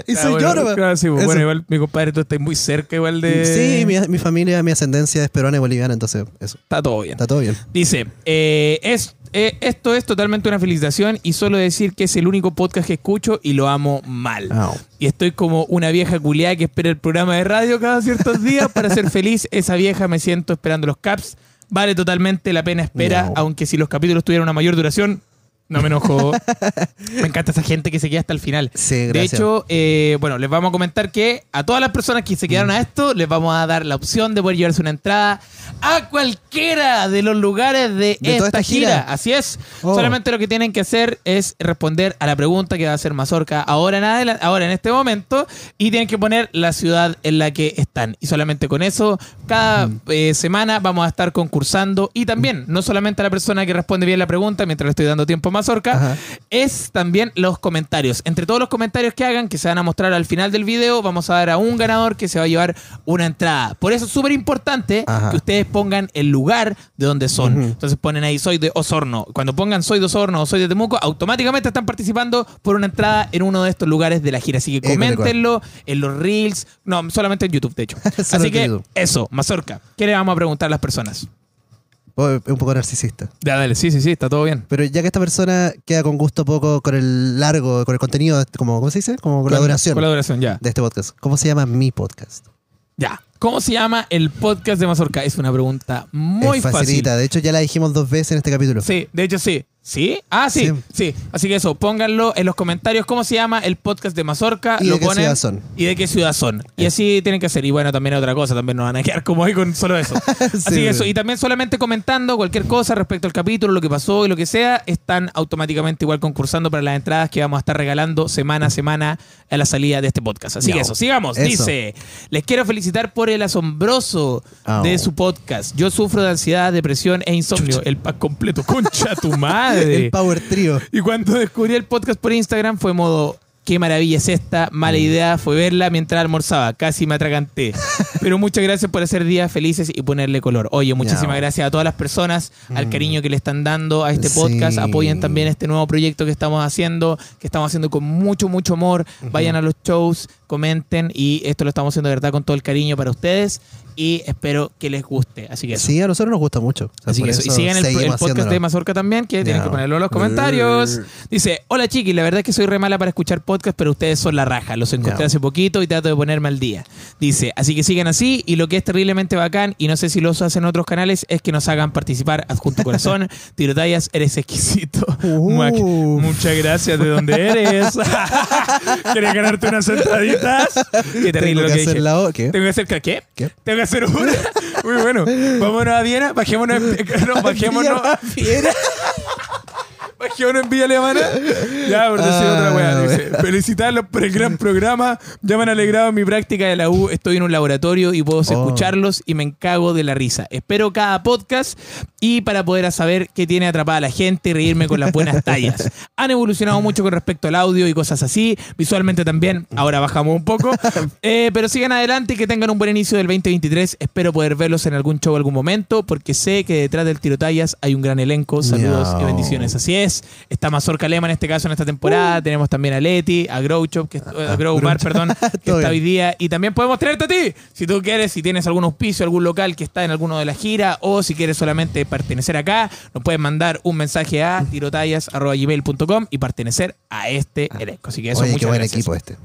y
Ah,
soy
bueno,
yo, nomás.
claro, sí, pues,
Eso.
bueno, igual mi compadre, tú estás muy cerca igual de.
Sí, mi, mi familia, mi ascendencia es peruana y boliviana, entonces eso,
Está todo bien.
está todo bien.
Dice, eh, es, eh, esto es totalmente una felicitación y solo decir que es el único podcast que escucho y lo amo mal.
Au.
Y estoy como una vieja culiada que espera el programa de radio cada ciertos días para ser feliz. Esa vieja me siento esperando los caps. Vale totalmente la pena espera,
Miau.
aunque si los capítulos tuvieran una mayor duración, no me enojo. me encanta esa gente que se queda hasta el final.
Sí,
De
gracias.
hecho, eh, bueno, les vamos a comentar que a todas las personas que se
Mm.
quedaron a esto, les vamos a dar la opción de poder llevarse una entrada a cualquiera de los lugares de,
De
esta,
toda esta
gira.
gira.
Así es.
Oh.
Solamente lo que tienen que hacer es responder a la pregunta que va a hacer Mazorca ahora en, adela- ahora en este momento y tienen que poner la ciudad en la que están. Y solamente con eso, cada
Mm.
eh, semana vamos a estar concursando y también, no solamente a la persona que responde bien la pregunta, mientras le estoy dando tiempo a Mazorca,
Ajá.
es también los comentarios. Entre todos los comentarios que hagan, que se van a mostrar al final del video, vamos a dar a un ganador que se va a llevar una entrada. Por eso es súper importante
Ajá.
que ustedes pongan el lugar de donde son.
Ujú.
Entonces ponen ahí soy de Osorno. Cuando pongan soy de Osorno o soy de Temuco, automáticamente están participando por una entrada en uno de estos lugares de la gira. Así que
Eh, con el
coméntenlo en los reels. No, solamente en YouTube, de hecho.
Solo
Así
en
que
YouTube.
eso, Mazorca. ¿Qué le vamos a preguntar a las personas?
Oh, es un poco narcisista.
Ya, dale, sí, sí, sí, está todo bien.
Pero ya que esta persona queda con gusto poco con el largo, con el contenido, como, ¿cómo se dice? Como con la duración
Colaboración, ya.
de este podcast. ¿Cómo se llama mi podcast?
Ya. ¿Cómo se llama el podcast de Mazorca? Es una pregunta muy
Es facilita. De hecho, ya la dijimos dos veces en este capítulo.
fácil. Sí, de hecho sí. ¿Sí? Ah, sí, sí. Así que eso, pónganlo en los comentarios cómo se llama el podcast de Mazorca.
¿Y de
lo
qué
ponen,
ciudad son?
Y de qué ciudad son. Y así tienen que hacer. Y bueno, también otra cosa, también nos van a quedar como hoy con solo eso. Así
Sí.
que eso. Y también solamente comentando cualquier cosa respecto al capítulo, lo que pasó y lo que sea, están automáticamente igual concursando para las entradas que vamos a estar regalando semana a semana a la salida de este podcast. Así que
Ya.
eso, sigamos.
Eso.
Dice, les quiero felicitar por el asombroso
Ah.
de su podcast. Yo sufro de ansiedad, depresión e insomnio. El pack completo. Concha tu madre.
El Power Trio.
Y cuando descubrí el podcast por Instagram fue modo, qué maravilla es esta,
Mm.
mala idea fue verla mientras almorzaba, casi me atraganté. Pero muchas gracias por hacer días felices y ponerle color. Oye, muchísimas
Ya. Mm.
gracias a todas las personas, al cariño que le están dando a este
Sí.
podcast. Apoyen también este nuevo proyecto que estamos haciendo, que estamos haciendo con mucho, mucho amor. Vayan a los shows, comenten y esto lo estamos haciendo de verdad con todo el cariño para ustedes y espero que les guste. Así que eso.
Sí, a nosotros nos gusta mucho. O sea,
Así
por
que eso. Y sigan el, el
seguimos
podcast
haciéndolo.
de Mazorca también, que tienen
Ya.
que ponerlo en los comentarios. Dice, hola chiqui, la verdad es que soy re mala para escuchar podcast, pero ustedes son la raja. Los encontré
Ya.
hace poquito y trato de ponerme al día. Dice, así que sigan así y lo que es terriblemente bacán, y no sé si los hacen otros canales, es que nos hagan participar. Adjunto corazón, tirotallas, eres exquisito.
Uf.
Mac, muchas gracias de donde eres. ¿Quieres ganarte unas sentaditas? Qué terrible
Tengo
lo
que
que
hacer
dije.
la o- ¿qué?
Tengo que hacer qué?
¿Qué?
Tengo que hacer una. Muy bueno. Vámonos a Viena, bajémonos en, no, bajémonos,
Villa Baviera.
bajémonos en Villa Alemana. Ya, por decir
Ah,
otra weá. Dice,
bueno.
felicitarlos por el gran programa. Ya me han alegrado mi práctica de la U. Estoy en un laboratorio y
Oh.
puedo escucharlos y me encago de la risa. Espero cada podcast y para poder saber qué tiene atrapada la gente y reírme con las buenas tallas. Han evolucionado mucho con respecto al audio y cosas así. Visualmente también. Ahora bajamos un poco. Eh, pero sigan adelante y que tengan un buen inicio del 2023. Espero poder verlos en algún show algún momento porque sé que detrás del tirotallas hay un gran elenco. Saludos
Miau.
y bendiciones. Así es. Está Mazorca Lema en este caso en esta
Uh.
temporada. Tenemos también a Leti, a Groucho, que, eh, a Grow Bar, perdón, que
Todo
está
bien.
hoy día. Y también podemos traerte a ti. Si tú quieres, si tienes algún auspicio, algún local que está en alguno de las giras, o si quieres solamente pertenecer acá, nos puedes mandar un mensaje a tirotallas.gmail.com y pertenecer a este elenco. Así que eso,
Ah. Oye,
muchas
qué buen
gracias.
equipo este.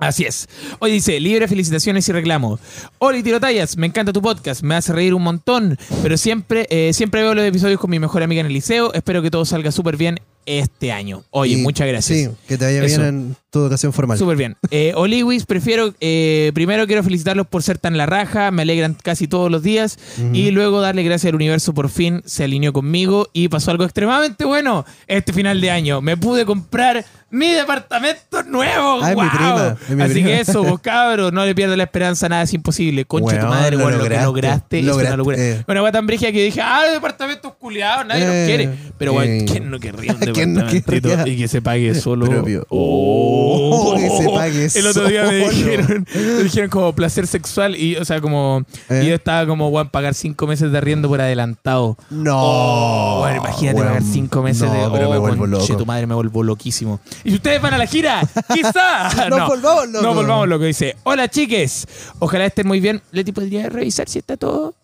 Así es. Hoy dice, libre felicitaciones y reclamo. Hola Tirotallas, me encanta tu podcast, me hace reír un montón, pero siempre, eh, siempre veo los episodios con mi mejor amiga en el liceo, espero que todo salga súper bien este año. Oye,
Y-
muchas gracias.
Sí, que te vaya
Eso.
bien en tu educación formal.
Súper bien. Eh, Oliwis, prefiero, eh, primero quiero felicitarlos por ser tan la raja, me alegran casi todos los días y luego darle gracias al universo por fin se alineó conmigo y pasó algo extremadamente bueno este final de año. Me pude comprar mi departamento nuevo.
Ah, es mi
¡Guau!
prima, es mi
Así
prima.
que eso, vos cabros, no le pierdas la esperanza, nada es imposible. Concha tu
Weón,
madre,
lo
weón, lo, que
lograste,
lograste, es una
lograste,
locura.
eh.
Una guata tan brígida que dije, ah, departamentos culiados, nadie nos
Eh,
quiere. Pero bueno,
eh.
¿quién no querría un
¿Quién no
departamentito
querría?
y que se pague solo?
Propio.
Oh,
Oh, que se pague
El otro día me
solo.
dijeron, me dijeron como placer sexual y, o sea, como.
Eh.
Y yo estaba como, weón, pagar cinco meses de arriendo por adelantado.
No.
Oh, bueno, imagínate
weón.
pagar cinco meses
No,
de.
pero me
oh,
vuelvo
conche
loco.
tu madre me vuelvo loquísimo. Y si ustedes van a la gira, quizá.
Nos volvamos locos.
Nos volvamos locos. Dice: Hola, chiques. Ojalá estén muy bien. Leti, ¿podría revisar si está todo?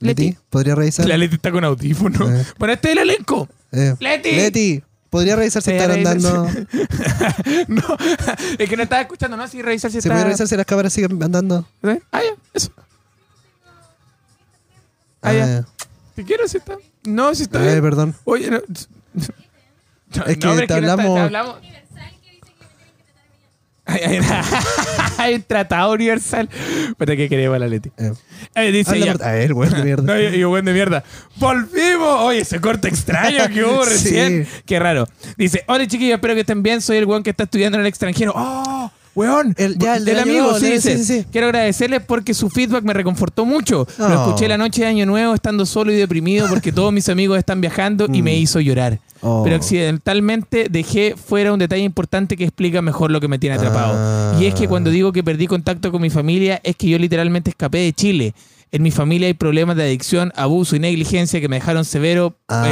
Leti,
Leti.
¿podría revisar?
La Leti está con audífono.
Eh.
Bueno, este es el elenco.
Eh,
Leti.
Leti, ¿podría revisar si
Sí,
están
revisar si-
andando?
no, es que no estaba escuchando, ¿no? Si revisar si
¿Se
está.
puede revisar si las cámaras siguen andando?
¿Eh? Ah, ya, eso. Ah, ya.
Eh,
Te quiero si está. No, si está.
ay,
bien.
perdón.
Oye, no. No,
Es
pero
que te
no está-
hablamos-
te hablamos. Hay, hay una- hay un tratado universal. Pero que queremos la Leti.
Eh,
Eh, dice
habla
ella.
por- A ver, güey, de mierda.
No, y, y buen de mierda. ¡Volvimos! Oye, ese corte extraño que hubo
Sí.
recién. Qué raro. Dice, hola chiquillos, espero que estén bien. Soy el weón que está estudiando en el extranjero. ¡Oh! Weón,
El- ya, el
del
del año
amigo,
nuevo,
sí,
sí,
dice,
sí, sí.
Quiero agradecerles porque su feedback me reconfortó mucho. Lo
Oh.
escuché la noche de Año Nuevo estando solo y deprimido porque todos mis amigos están viajando y me hizo llorar.
Mm. Oh.
Pero accidentalmente dejé fuera un detalle importante que explica mejor lo que me tiene atrapado.
Ah.
Y es que cuando digo que perdí contacto con mi familia, es que yo literalmente escapé de Chile. En mi familia hay problemas de adicción, abuso y negligencia que me dejaron severo
Ah,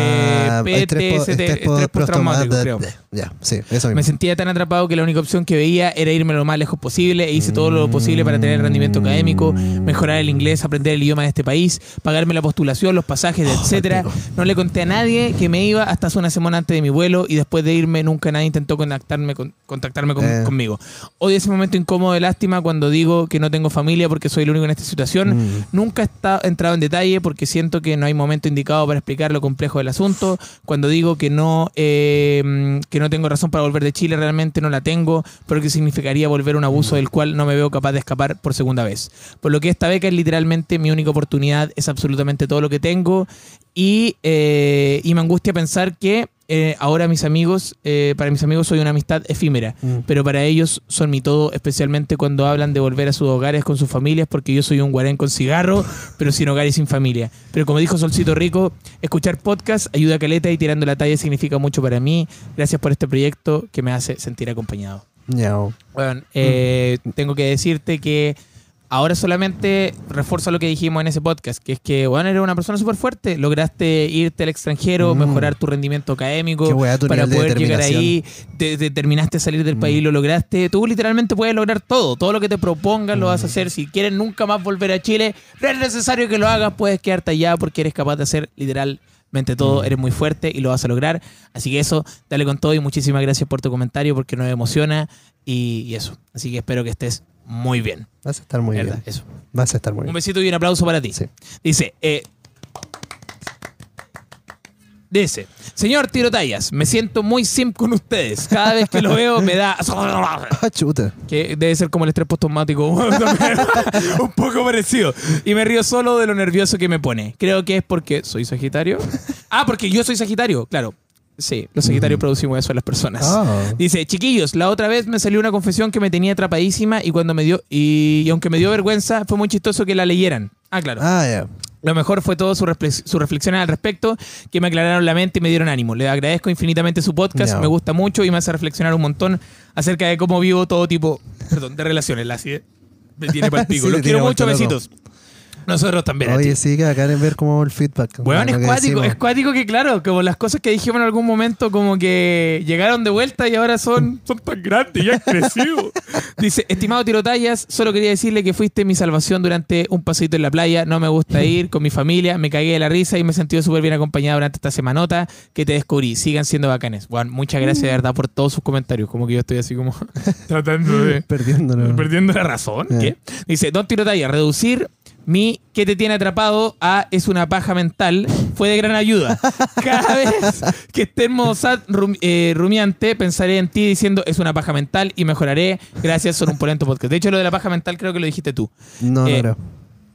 eh,
hay tres po-
PTSD,
tres po-
estrés postraumático,
postraumático,
creo.
Ya, sí, eso
Me
mismo.
sentía tan atrapado que la única opción que veía era irme lo más lejos posible e hice todo lo posible para tener el rendimiento académico, mejorar el inglés, aprender el idioma de este país, pagarme la postulación, los pasajes,
Oh,
etcétera. No le conté a nadie que me iba hasta hace una semana antes de mi vuelo y después de irme nunca nadie intentó contactarme, con- contactarme con-
Eh.
conmigo. Odio ese momento incómodo de lástima cuando digo que no tengo familia porque soy el único en esta situación.
Mm.
Nunca he esta- entrado en detalle porque siento que no hay momento indicado para explicar lo complejo del asunto. Cuando digo que no, eh, que no tengo razón para volver de Chile, realmente no la tengo, pero que significaría volver a un abuso del cual no me veo capaz de escapar por segunda vez. Por lo que esta beca es literalmente mi única oportunidad, es absolutamente todo lo que tengo y, eh, y me angustia pensar que eh, ahora mis amigos, eh, para mis amigos soy una amistad efímera,
Mm.
pero para ellos son mi todo, especialmente cuando hablan de volver a sus hogares con sus familias, porque yo soy un guarén con cigarro, pero sin hogar y sin familia. Pero como dijo Solcito Rico, escuchar podcast ayuda a caleta y tirando la talla significa mucho para mí. Gracias por este proyecto que me hace sentir acompañado.
Ñao.
Bueno, eh,
Mm.
tengo que decirte que ahora solamente refuerza lo que dijimos en ese podcast, que es que, bueno, eres una persona súper fuerte, lograste irte al extranjero,
Mm.
mejorar tu rendimiento
Qué
académico
weá, tu
para
nivel de
poder llegar
determinación. Mm.
ahí, te, te- terminaste de salir del país, y lo lograste, tú literalmente puedes lograr todo, todo lo que te propongas lo
Mm.
vas a hacer, si quieres nunca más volver a Chile, no es necesario que lo hagas, puedes quedarte allá porque eres capaz de hacer literal Mente
Mm.
todo, eres muy fuerte y lo vas a lograr. Así que eso, dale con todo y muchísimas gracias por tu comentario porque nos emociona y, y eso. Así que espero que estés muy bien.
Vas a estar muy
¿Verdad?
bien.
Eso.
Vas a estar muy
este, Un
bien.
besito y un aplauso para ti.
Sí.
Dice, eh, dice, señor Tirotallas, me siento muy sim con ustedes. Cada vez que lo veo me da...
Ah, chuta.
Que debe ser como el estrés postraumático. un poco parecido. Y me río solo de lo nervioso que me pone. Creo que es porque soy Sagitario. Ah, porque yo soy Sagitario, claro. Sí, los Sagitarios producimos eso en las personas.
Ah.
Dice, chiquillos, la otra vez me salió una confesión que me tenía atrapadísima y cuando me dio, y, y aunque me dio vergüenza, fue muy chistoso que la leyeran. Ah, claro.
Ah, ya.
Lo mejor fue todo su, reflex- sus reflexiones al respecto, que me aclararon la mente y me dieron ánimo. Le agradezco infinitamente su podcast,
No.
me gusta mucho y me hace reflexionar un montón acerca de cómo vivo todo tipo perdón, de relaciones. La acidez me tiene para el pico.
Sí,
Los
te
quiero
tiene
mucho,
vuelto loco.
besitos. Nosotros también. a ti.
Oye, sí, que acá en ver cómo el feedback.
este- Weón,
lo
es
que
cuático,
decimos.
es cuático que claro, como las cosas que dijimos en algún momento como que llegaron de vuelta y ahora son, son tan grandes y han crecido. Dice, estimado Tirotallas, solo quería decirle que fuiste mi salvación durante un paseito en la playa, no me gusta ir con mi familia, me cagué de la risa y me he sentido súper bien acompañado durante esta semanota que te descubrí, sigan siendo bacanes. Weón, muchas gracias de verdad por todos sus comentarios, como que yo estoy así como tratando de...
Perdiéndolo.
Perdiendo la razón.
Ya.
¿Qué? Dice, Don Tirotaya, reducir Mi ¿Qué te tiene atrapado? A Es una paja mental. Fue de gran ayuda. Cada vez que estemos sad rum- eh, rumiante, pensaré en ti diciendo Es una paja mental y mejoraré. Gracias, son un polento podcast. De hecho, lo de la paja mental creo que lo dijiste tú.
No,
Eh,
no, no.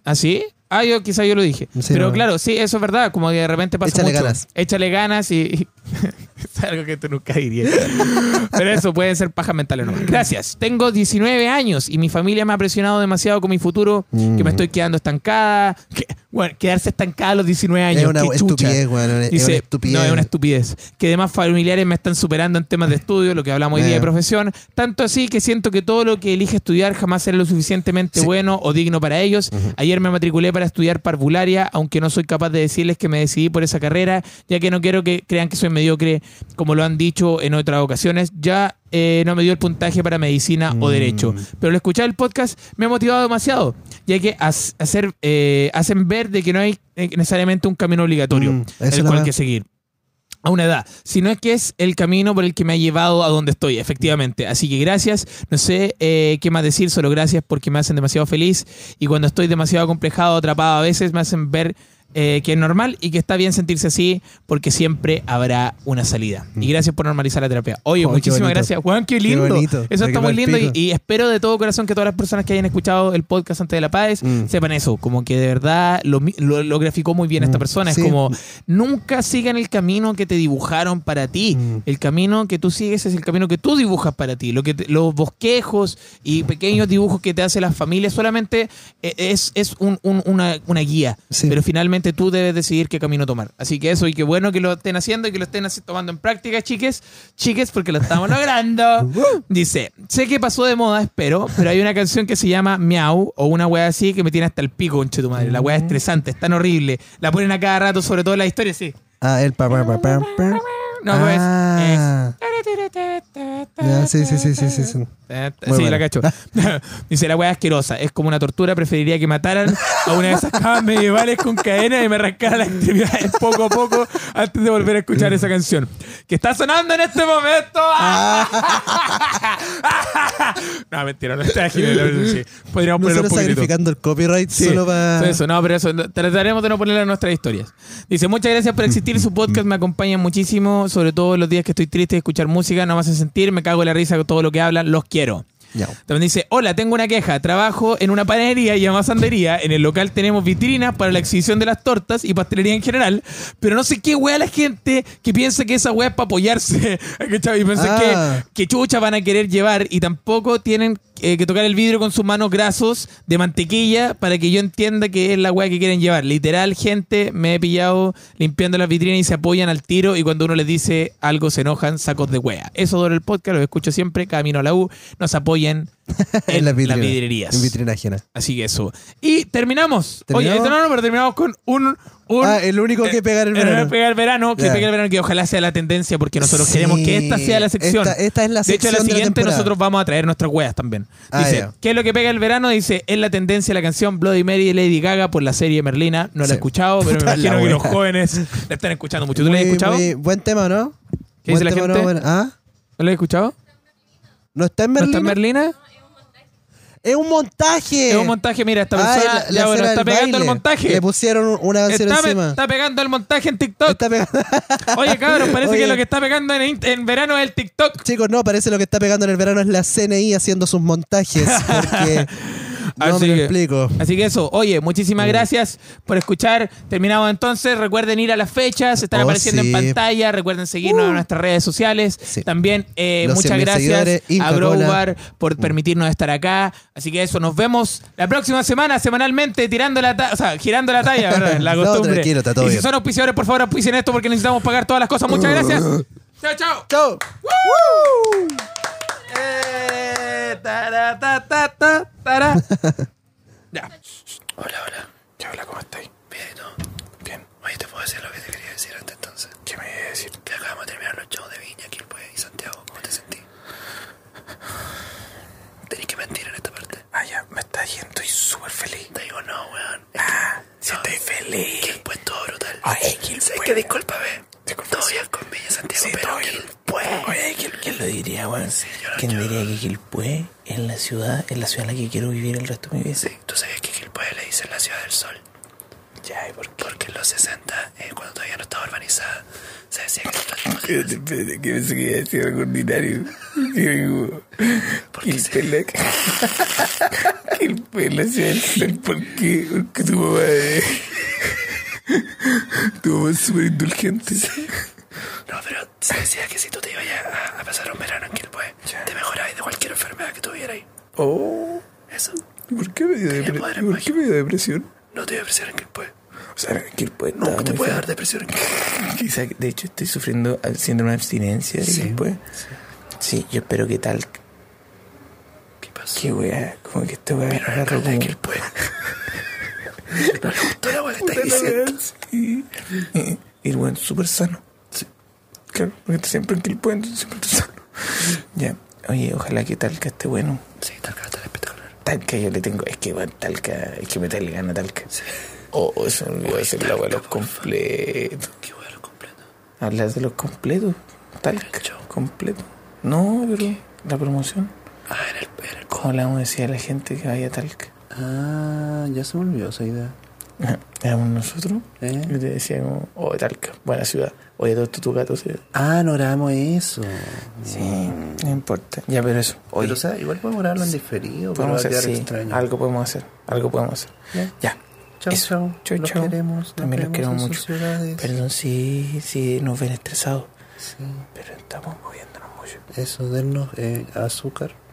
¿Ah, sí? Ah, yo quizá yo lo dije.
Sí,
Pero
no.
claro, sí, eso es verdad. Como que de repente pasa
Échale
mucho.
ganas.
Échale ganas y... es algo que tú nunca dirías. Pero eso, puede ser paja mental o no. Gracias. Tengo 19 años y mi familia me ha presionado demasiado con mi futuro, que
Mm.
me estoy quedando estancada. Que- bueno, quedarse estancada a los 19 años.
Es una
qué chucha.
estupidez, weón. es- es
Dice,
una estupidez.
No, es una estupidez. Que demás familiares me están superando en temas de estudio, lo que hablamos hoy día de
Eh.
profesión. Tanto así que siento que todo lo que elige estudiar jamás será lo suficientemente
Sí.
bueno o digno para ellos. Ayer me matriculé para estudiar parvularia, aunque no soy capaz de decirles que me decidí por esa carrera, ya que no quiero que crean que soy mediocre, como lo han dicho en otras ocasiones. Ya eh, no me dio el puntaje para medicina o
Mm.
derecho. Pero al escuchar el podcast me ha motivado demasiado, ya que has- hacer, eh, hacen ver de que no hay eh, necesariamente un camino obligatorio,
Mm, esa es
el
la
cual
weá.
que seguir. A una edad, sino es que es el camino por el que me ha llevado a donde estoy, efectivamente. Así que gracias, no sé eh, qué más decir, solo gracias porque me hacen demasiado feliz y cuando estoy demasiado complejado, atrapado a veces, me hacen ver eh, que es normal y que está bien sentirse así porque siempre habrá una salida. Y gracias por normalizar la terapia. Oye,
Oh, qué
muchísimas
bonito.
gracias. Juan, qué lindo.
bonito.
Eso
Me
está
quemó
muy
el
lindo y,
pico.
y espero de todo corazón que todas las personas que hayan escuchado el podcast antes de la paz
Mm.
sepan eso, como que de verdad lo, mi- lo- lo graficó muy bien esta persona.
Mm. Sí.
Es como, nunca sigan el camino que te dibujaron para ti.
Mm.
El camino que tú sigues es el camino que tú dibujas para ti. Lo que te- los bosquejos y pequeños dibujos que te hace la familia solamente eh, es, es un- un- una, una guía.
Sí.
Pero finalmente tú debes decidir qué camino tomar. Así que eso, y qué bueno que lo estén haciendo y que lo estén así- tomando en práctica, chiques. Chiques, porque lo estamos logrando. Dice, sé que pasó de moda, espero, pero hay una canción que se llama Miau o una wea así que me tiene hasta el pico, conche tu madre. La wea es estresante, es tan horrible. La ponen a cada rato, sobre todo en las historias, sí.
Ah, el pa, pa, pa, pa, pa.
No,
Ah.
pues.
Ya, sí, sí, sí, sí, sí, sí.
Eh, Sí,
Muy
la
buena.
cacho. Dice, la weá asquerosa. Es como una tortura. Preferiría que mataran a una de esas camas medievales con cadena y me arrancara las extremidades poco a poco antes de volver a escuchar esa canción. Que está sonando en este momento.
Ah.
no, mentira, no está aquí. no, sí. Podríamos poner un
Nosotros
poquitito.
sacrificando el copyright
Sí,
solo para.
eso, no, pero eso, no, trataremos de no ponerlo en nuestras historias. Dice, muchas gracias por existir, su podcast me acompaña muchísimo, sobre todo los días que estoy triste, escuchar música, no me hace sentir, me cago en la risa con todo lo que hablan, los quiero.
Ya.
También dice, hola, tengo una queja, trabajo en una panadería y amasandería, en el local tenemos vitrinas para la exhibición de las tortas y pastelería en general, pero no sé qué wea la gente que piensa que esa wea es para apoyarse, ¿cachai? y piensa
Ah.
que que chucha van a querer llevar y tampoco tienen eh, que tocar el vidrio con sus manos grasos de mantequilla para que yo entienda que es la weá que quieren llevar. Literal, gente, me he pillado limpiando las vitrinas y se apoyan al tiro y cuando uno les dice algo se enojan, sacos de wea. Eso dura el podcast, lo escucho siempre, camino a la U, nos apoyen en,
En
las,
las vitrinas.
vidrerías.
En vitrina ajena.
Así que eso. Y terminamos.
¿Terminamos?
Oye, no, no, pero terminamos con un... un
Ah, el único que pega en el
eh,
verano.
pega el verano, que
Ya.
pega el verano, que ojalá sea la tendencia, porque nosotros
Sí,
queremos que esta sea la sección.
Esta, esta es la
De hecho,
sección.
la
de
siguiente
temporada.
nosotros vamos a traer nuestras weas también.
Ah,
Dice,
ya.
¿qué es lo que pega el verano? Dice, es la tendencia de la canción Bloody Mary de Lady Gaga por la serie Merlina. No la
Sí.
he escuchado, pero me
Puta la
imagino que
wea.
los jóvenes la están escuchando mucho. ¿Tú la has
Muy-
escuchado?
muy buen tema, ¿no?
¿Qué dice
Buen
la
tema,
gente?
¿no? Bueno, ¿Ah?
¿No la has escuchado?
¿No está en
¿No
Berlín?
está en Merlina?
¡Es un montaje!
Es un montaje, mira, esta
Eh. Ah,
persona
la- la
ya, bueno,
escena
está
del
pegando el
baile.
montaje.
Le pusieron una canción
Está, pe-
encima.
está pegando el montaje en TikTok.
Está pegando.
Oye, cabrón, parece
Oye.
que lo que está pegando en, in- en verano es el TikTok.
Chicos, no, parece lo que está pegando en el verano es la CNI haciendo sus montajes. Porque. no
Así
me lo
que-
explico.
Así que eso, oye, muchísimas gracias por escuchar. Terminamos entonces. Recuerden ir a las fechas, están
Oh,
apareciendo en
sí. Uh.
pantalla. Recuerden seguirnos en nuestras redes sociales.
Sí.
También eh,
Los
muchas
100.000
gracias
seguidores, Inca
a
Cola. Mm.
Growbar por permitirnos estar acá. Así que eso, nos vemos la próxima semana, semanalmente, tirando la ta- o sea, girando la talla, ¿verdad? la
No,
costumbre.
tranquilo, está todo
y si
bien.
son auspiciadores, por favor, auspicien esto porque necesitamos pagar todas las cosas. Muchas gracias. chao, chao.
¡Chao!
Eh, tara, ta, ta, ta, tara. ya.
Hola, hola. Hola, ¿cómo estáis? Bien, ¿y tú? Bien. Oye, ¿te puedo decir lo que te quería decir antes entonces? ¿Qué me iba a decir? Que acabamos de terminar los shows de Viña, Quilpue y Santiago. ¿Cómo te sentís? Tenés que mentir en esta parte. Ah, ya, me está yendo y súper feliz. Te digo no, weón. Ah, si estoy feliz. Quilpue todo brutal. Oye, Quilpue. que discúlpame. Todo bien con Viña Santiago, pero Quilpue.
Oye, ¿quién, quién lo diría, weón? ¿Quién diría que Quilpué es la ciudad, es la ciudad en la que quiero vivir el resto de mi vida?
Sí, tú sabes que Quilpue le dice dicen la ciudad del sol. Ya, ¿y por qué? Porque en los 60, eh, cuando todavía no estaba urbanizada, se decía que los tatuajes-
Espérate, que pensé que iba a decir algo ordinario. Digo, que el pela. que el pela sea el sol. ¿Por qué? Porque tu mamá es. Tu mamá es súper indulgente.
No, pero se decía que si tú te ibas a, a pasar un verano en Quilpue, te mejorabas de cualquier enfermedad que tuvieras.
Oh,
Eso.
¿por qué me dio
poder
depresión? ¿Por qué me dio depresión?
No te dio depresión en Quilpue.
O sea, que el poeta.
Nunca te puede dar depresión en Quilpue.
Quizá, de hecho, estoy sufriendo al- síndrome de abstinencia. Sí, pues. sí, yo espero que tal.
¿Qué pasó?
Qué weá, como que esta weá
Pero el
agarro
alcalde de
como.
Quilpue. No le gustó la weá que
Puta
estáis
la
diciendo.
weá, sí. Y- Y el weón súper sano.
Sí.
Claro, porque está siempre en que el puente, siempre está sano. Ya, oye, ojalá que Talca esté bueno.
Sí, Talca va a estar espectacular.
Talca yo le tengo, es que bueno, Talca, es que meterle gana a Talca. Oh, eso me olvidó hacer la weá de los completos.
Qué weá lo comprendo.
Hablar de los completos. Talca,
El show.
completo. No, pero la promoción.
Ah, en el, en el
¿Cómo le vamos a decir a la gente que vaya a Talca?
Ah, ya se me olvidó esa idea.
Ajá, Éramos nosotros.
¿Eh?
Yo te decía como, oh, Talca, buena ciudad. Oye, todo esto tu gato se...
Ah, no grabamos eso.
Sí, no importa. Ya, pero eso. Oye,
Pero, o sea, igual podemos grabarlo en diferido, pero va a
podemos
quedar
hacer, sí,
extraño.
algo podemos hacer. Algo podemos hacer.
Ya.
Ya.
Chau,
Eso.
chau.
Chau,
Los
chau.
queremos, nos
También los
vemos
queremos
en
mucho.
sus ciudades.
Perdón si, si nos ven estresados,
Sí,
pero estamos moviéndonos mucho.
eso, dennos eh, azúcar.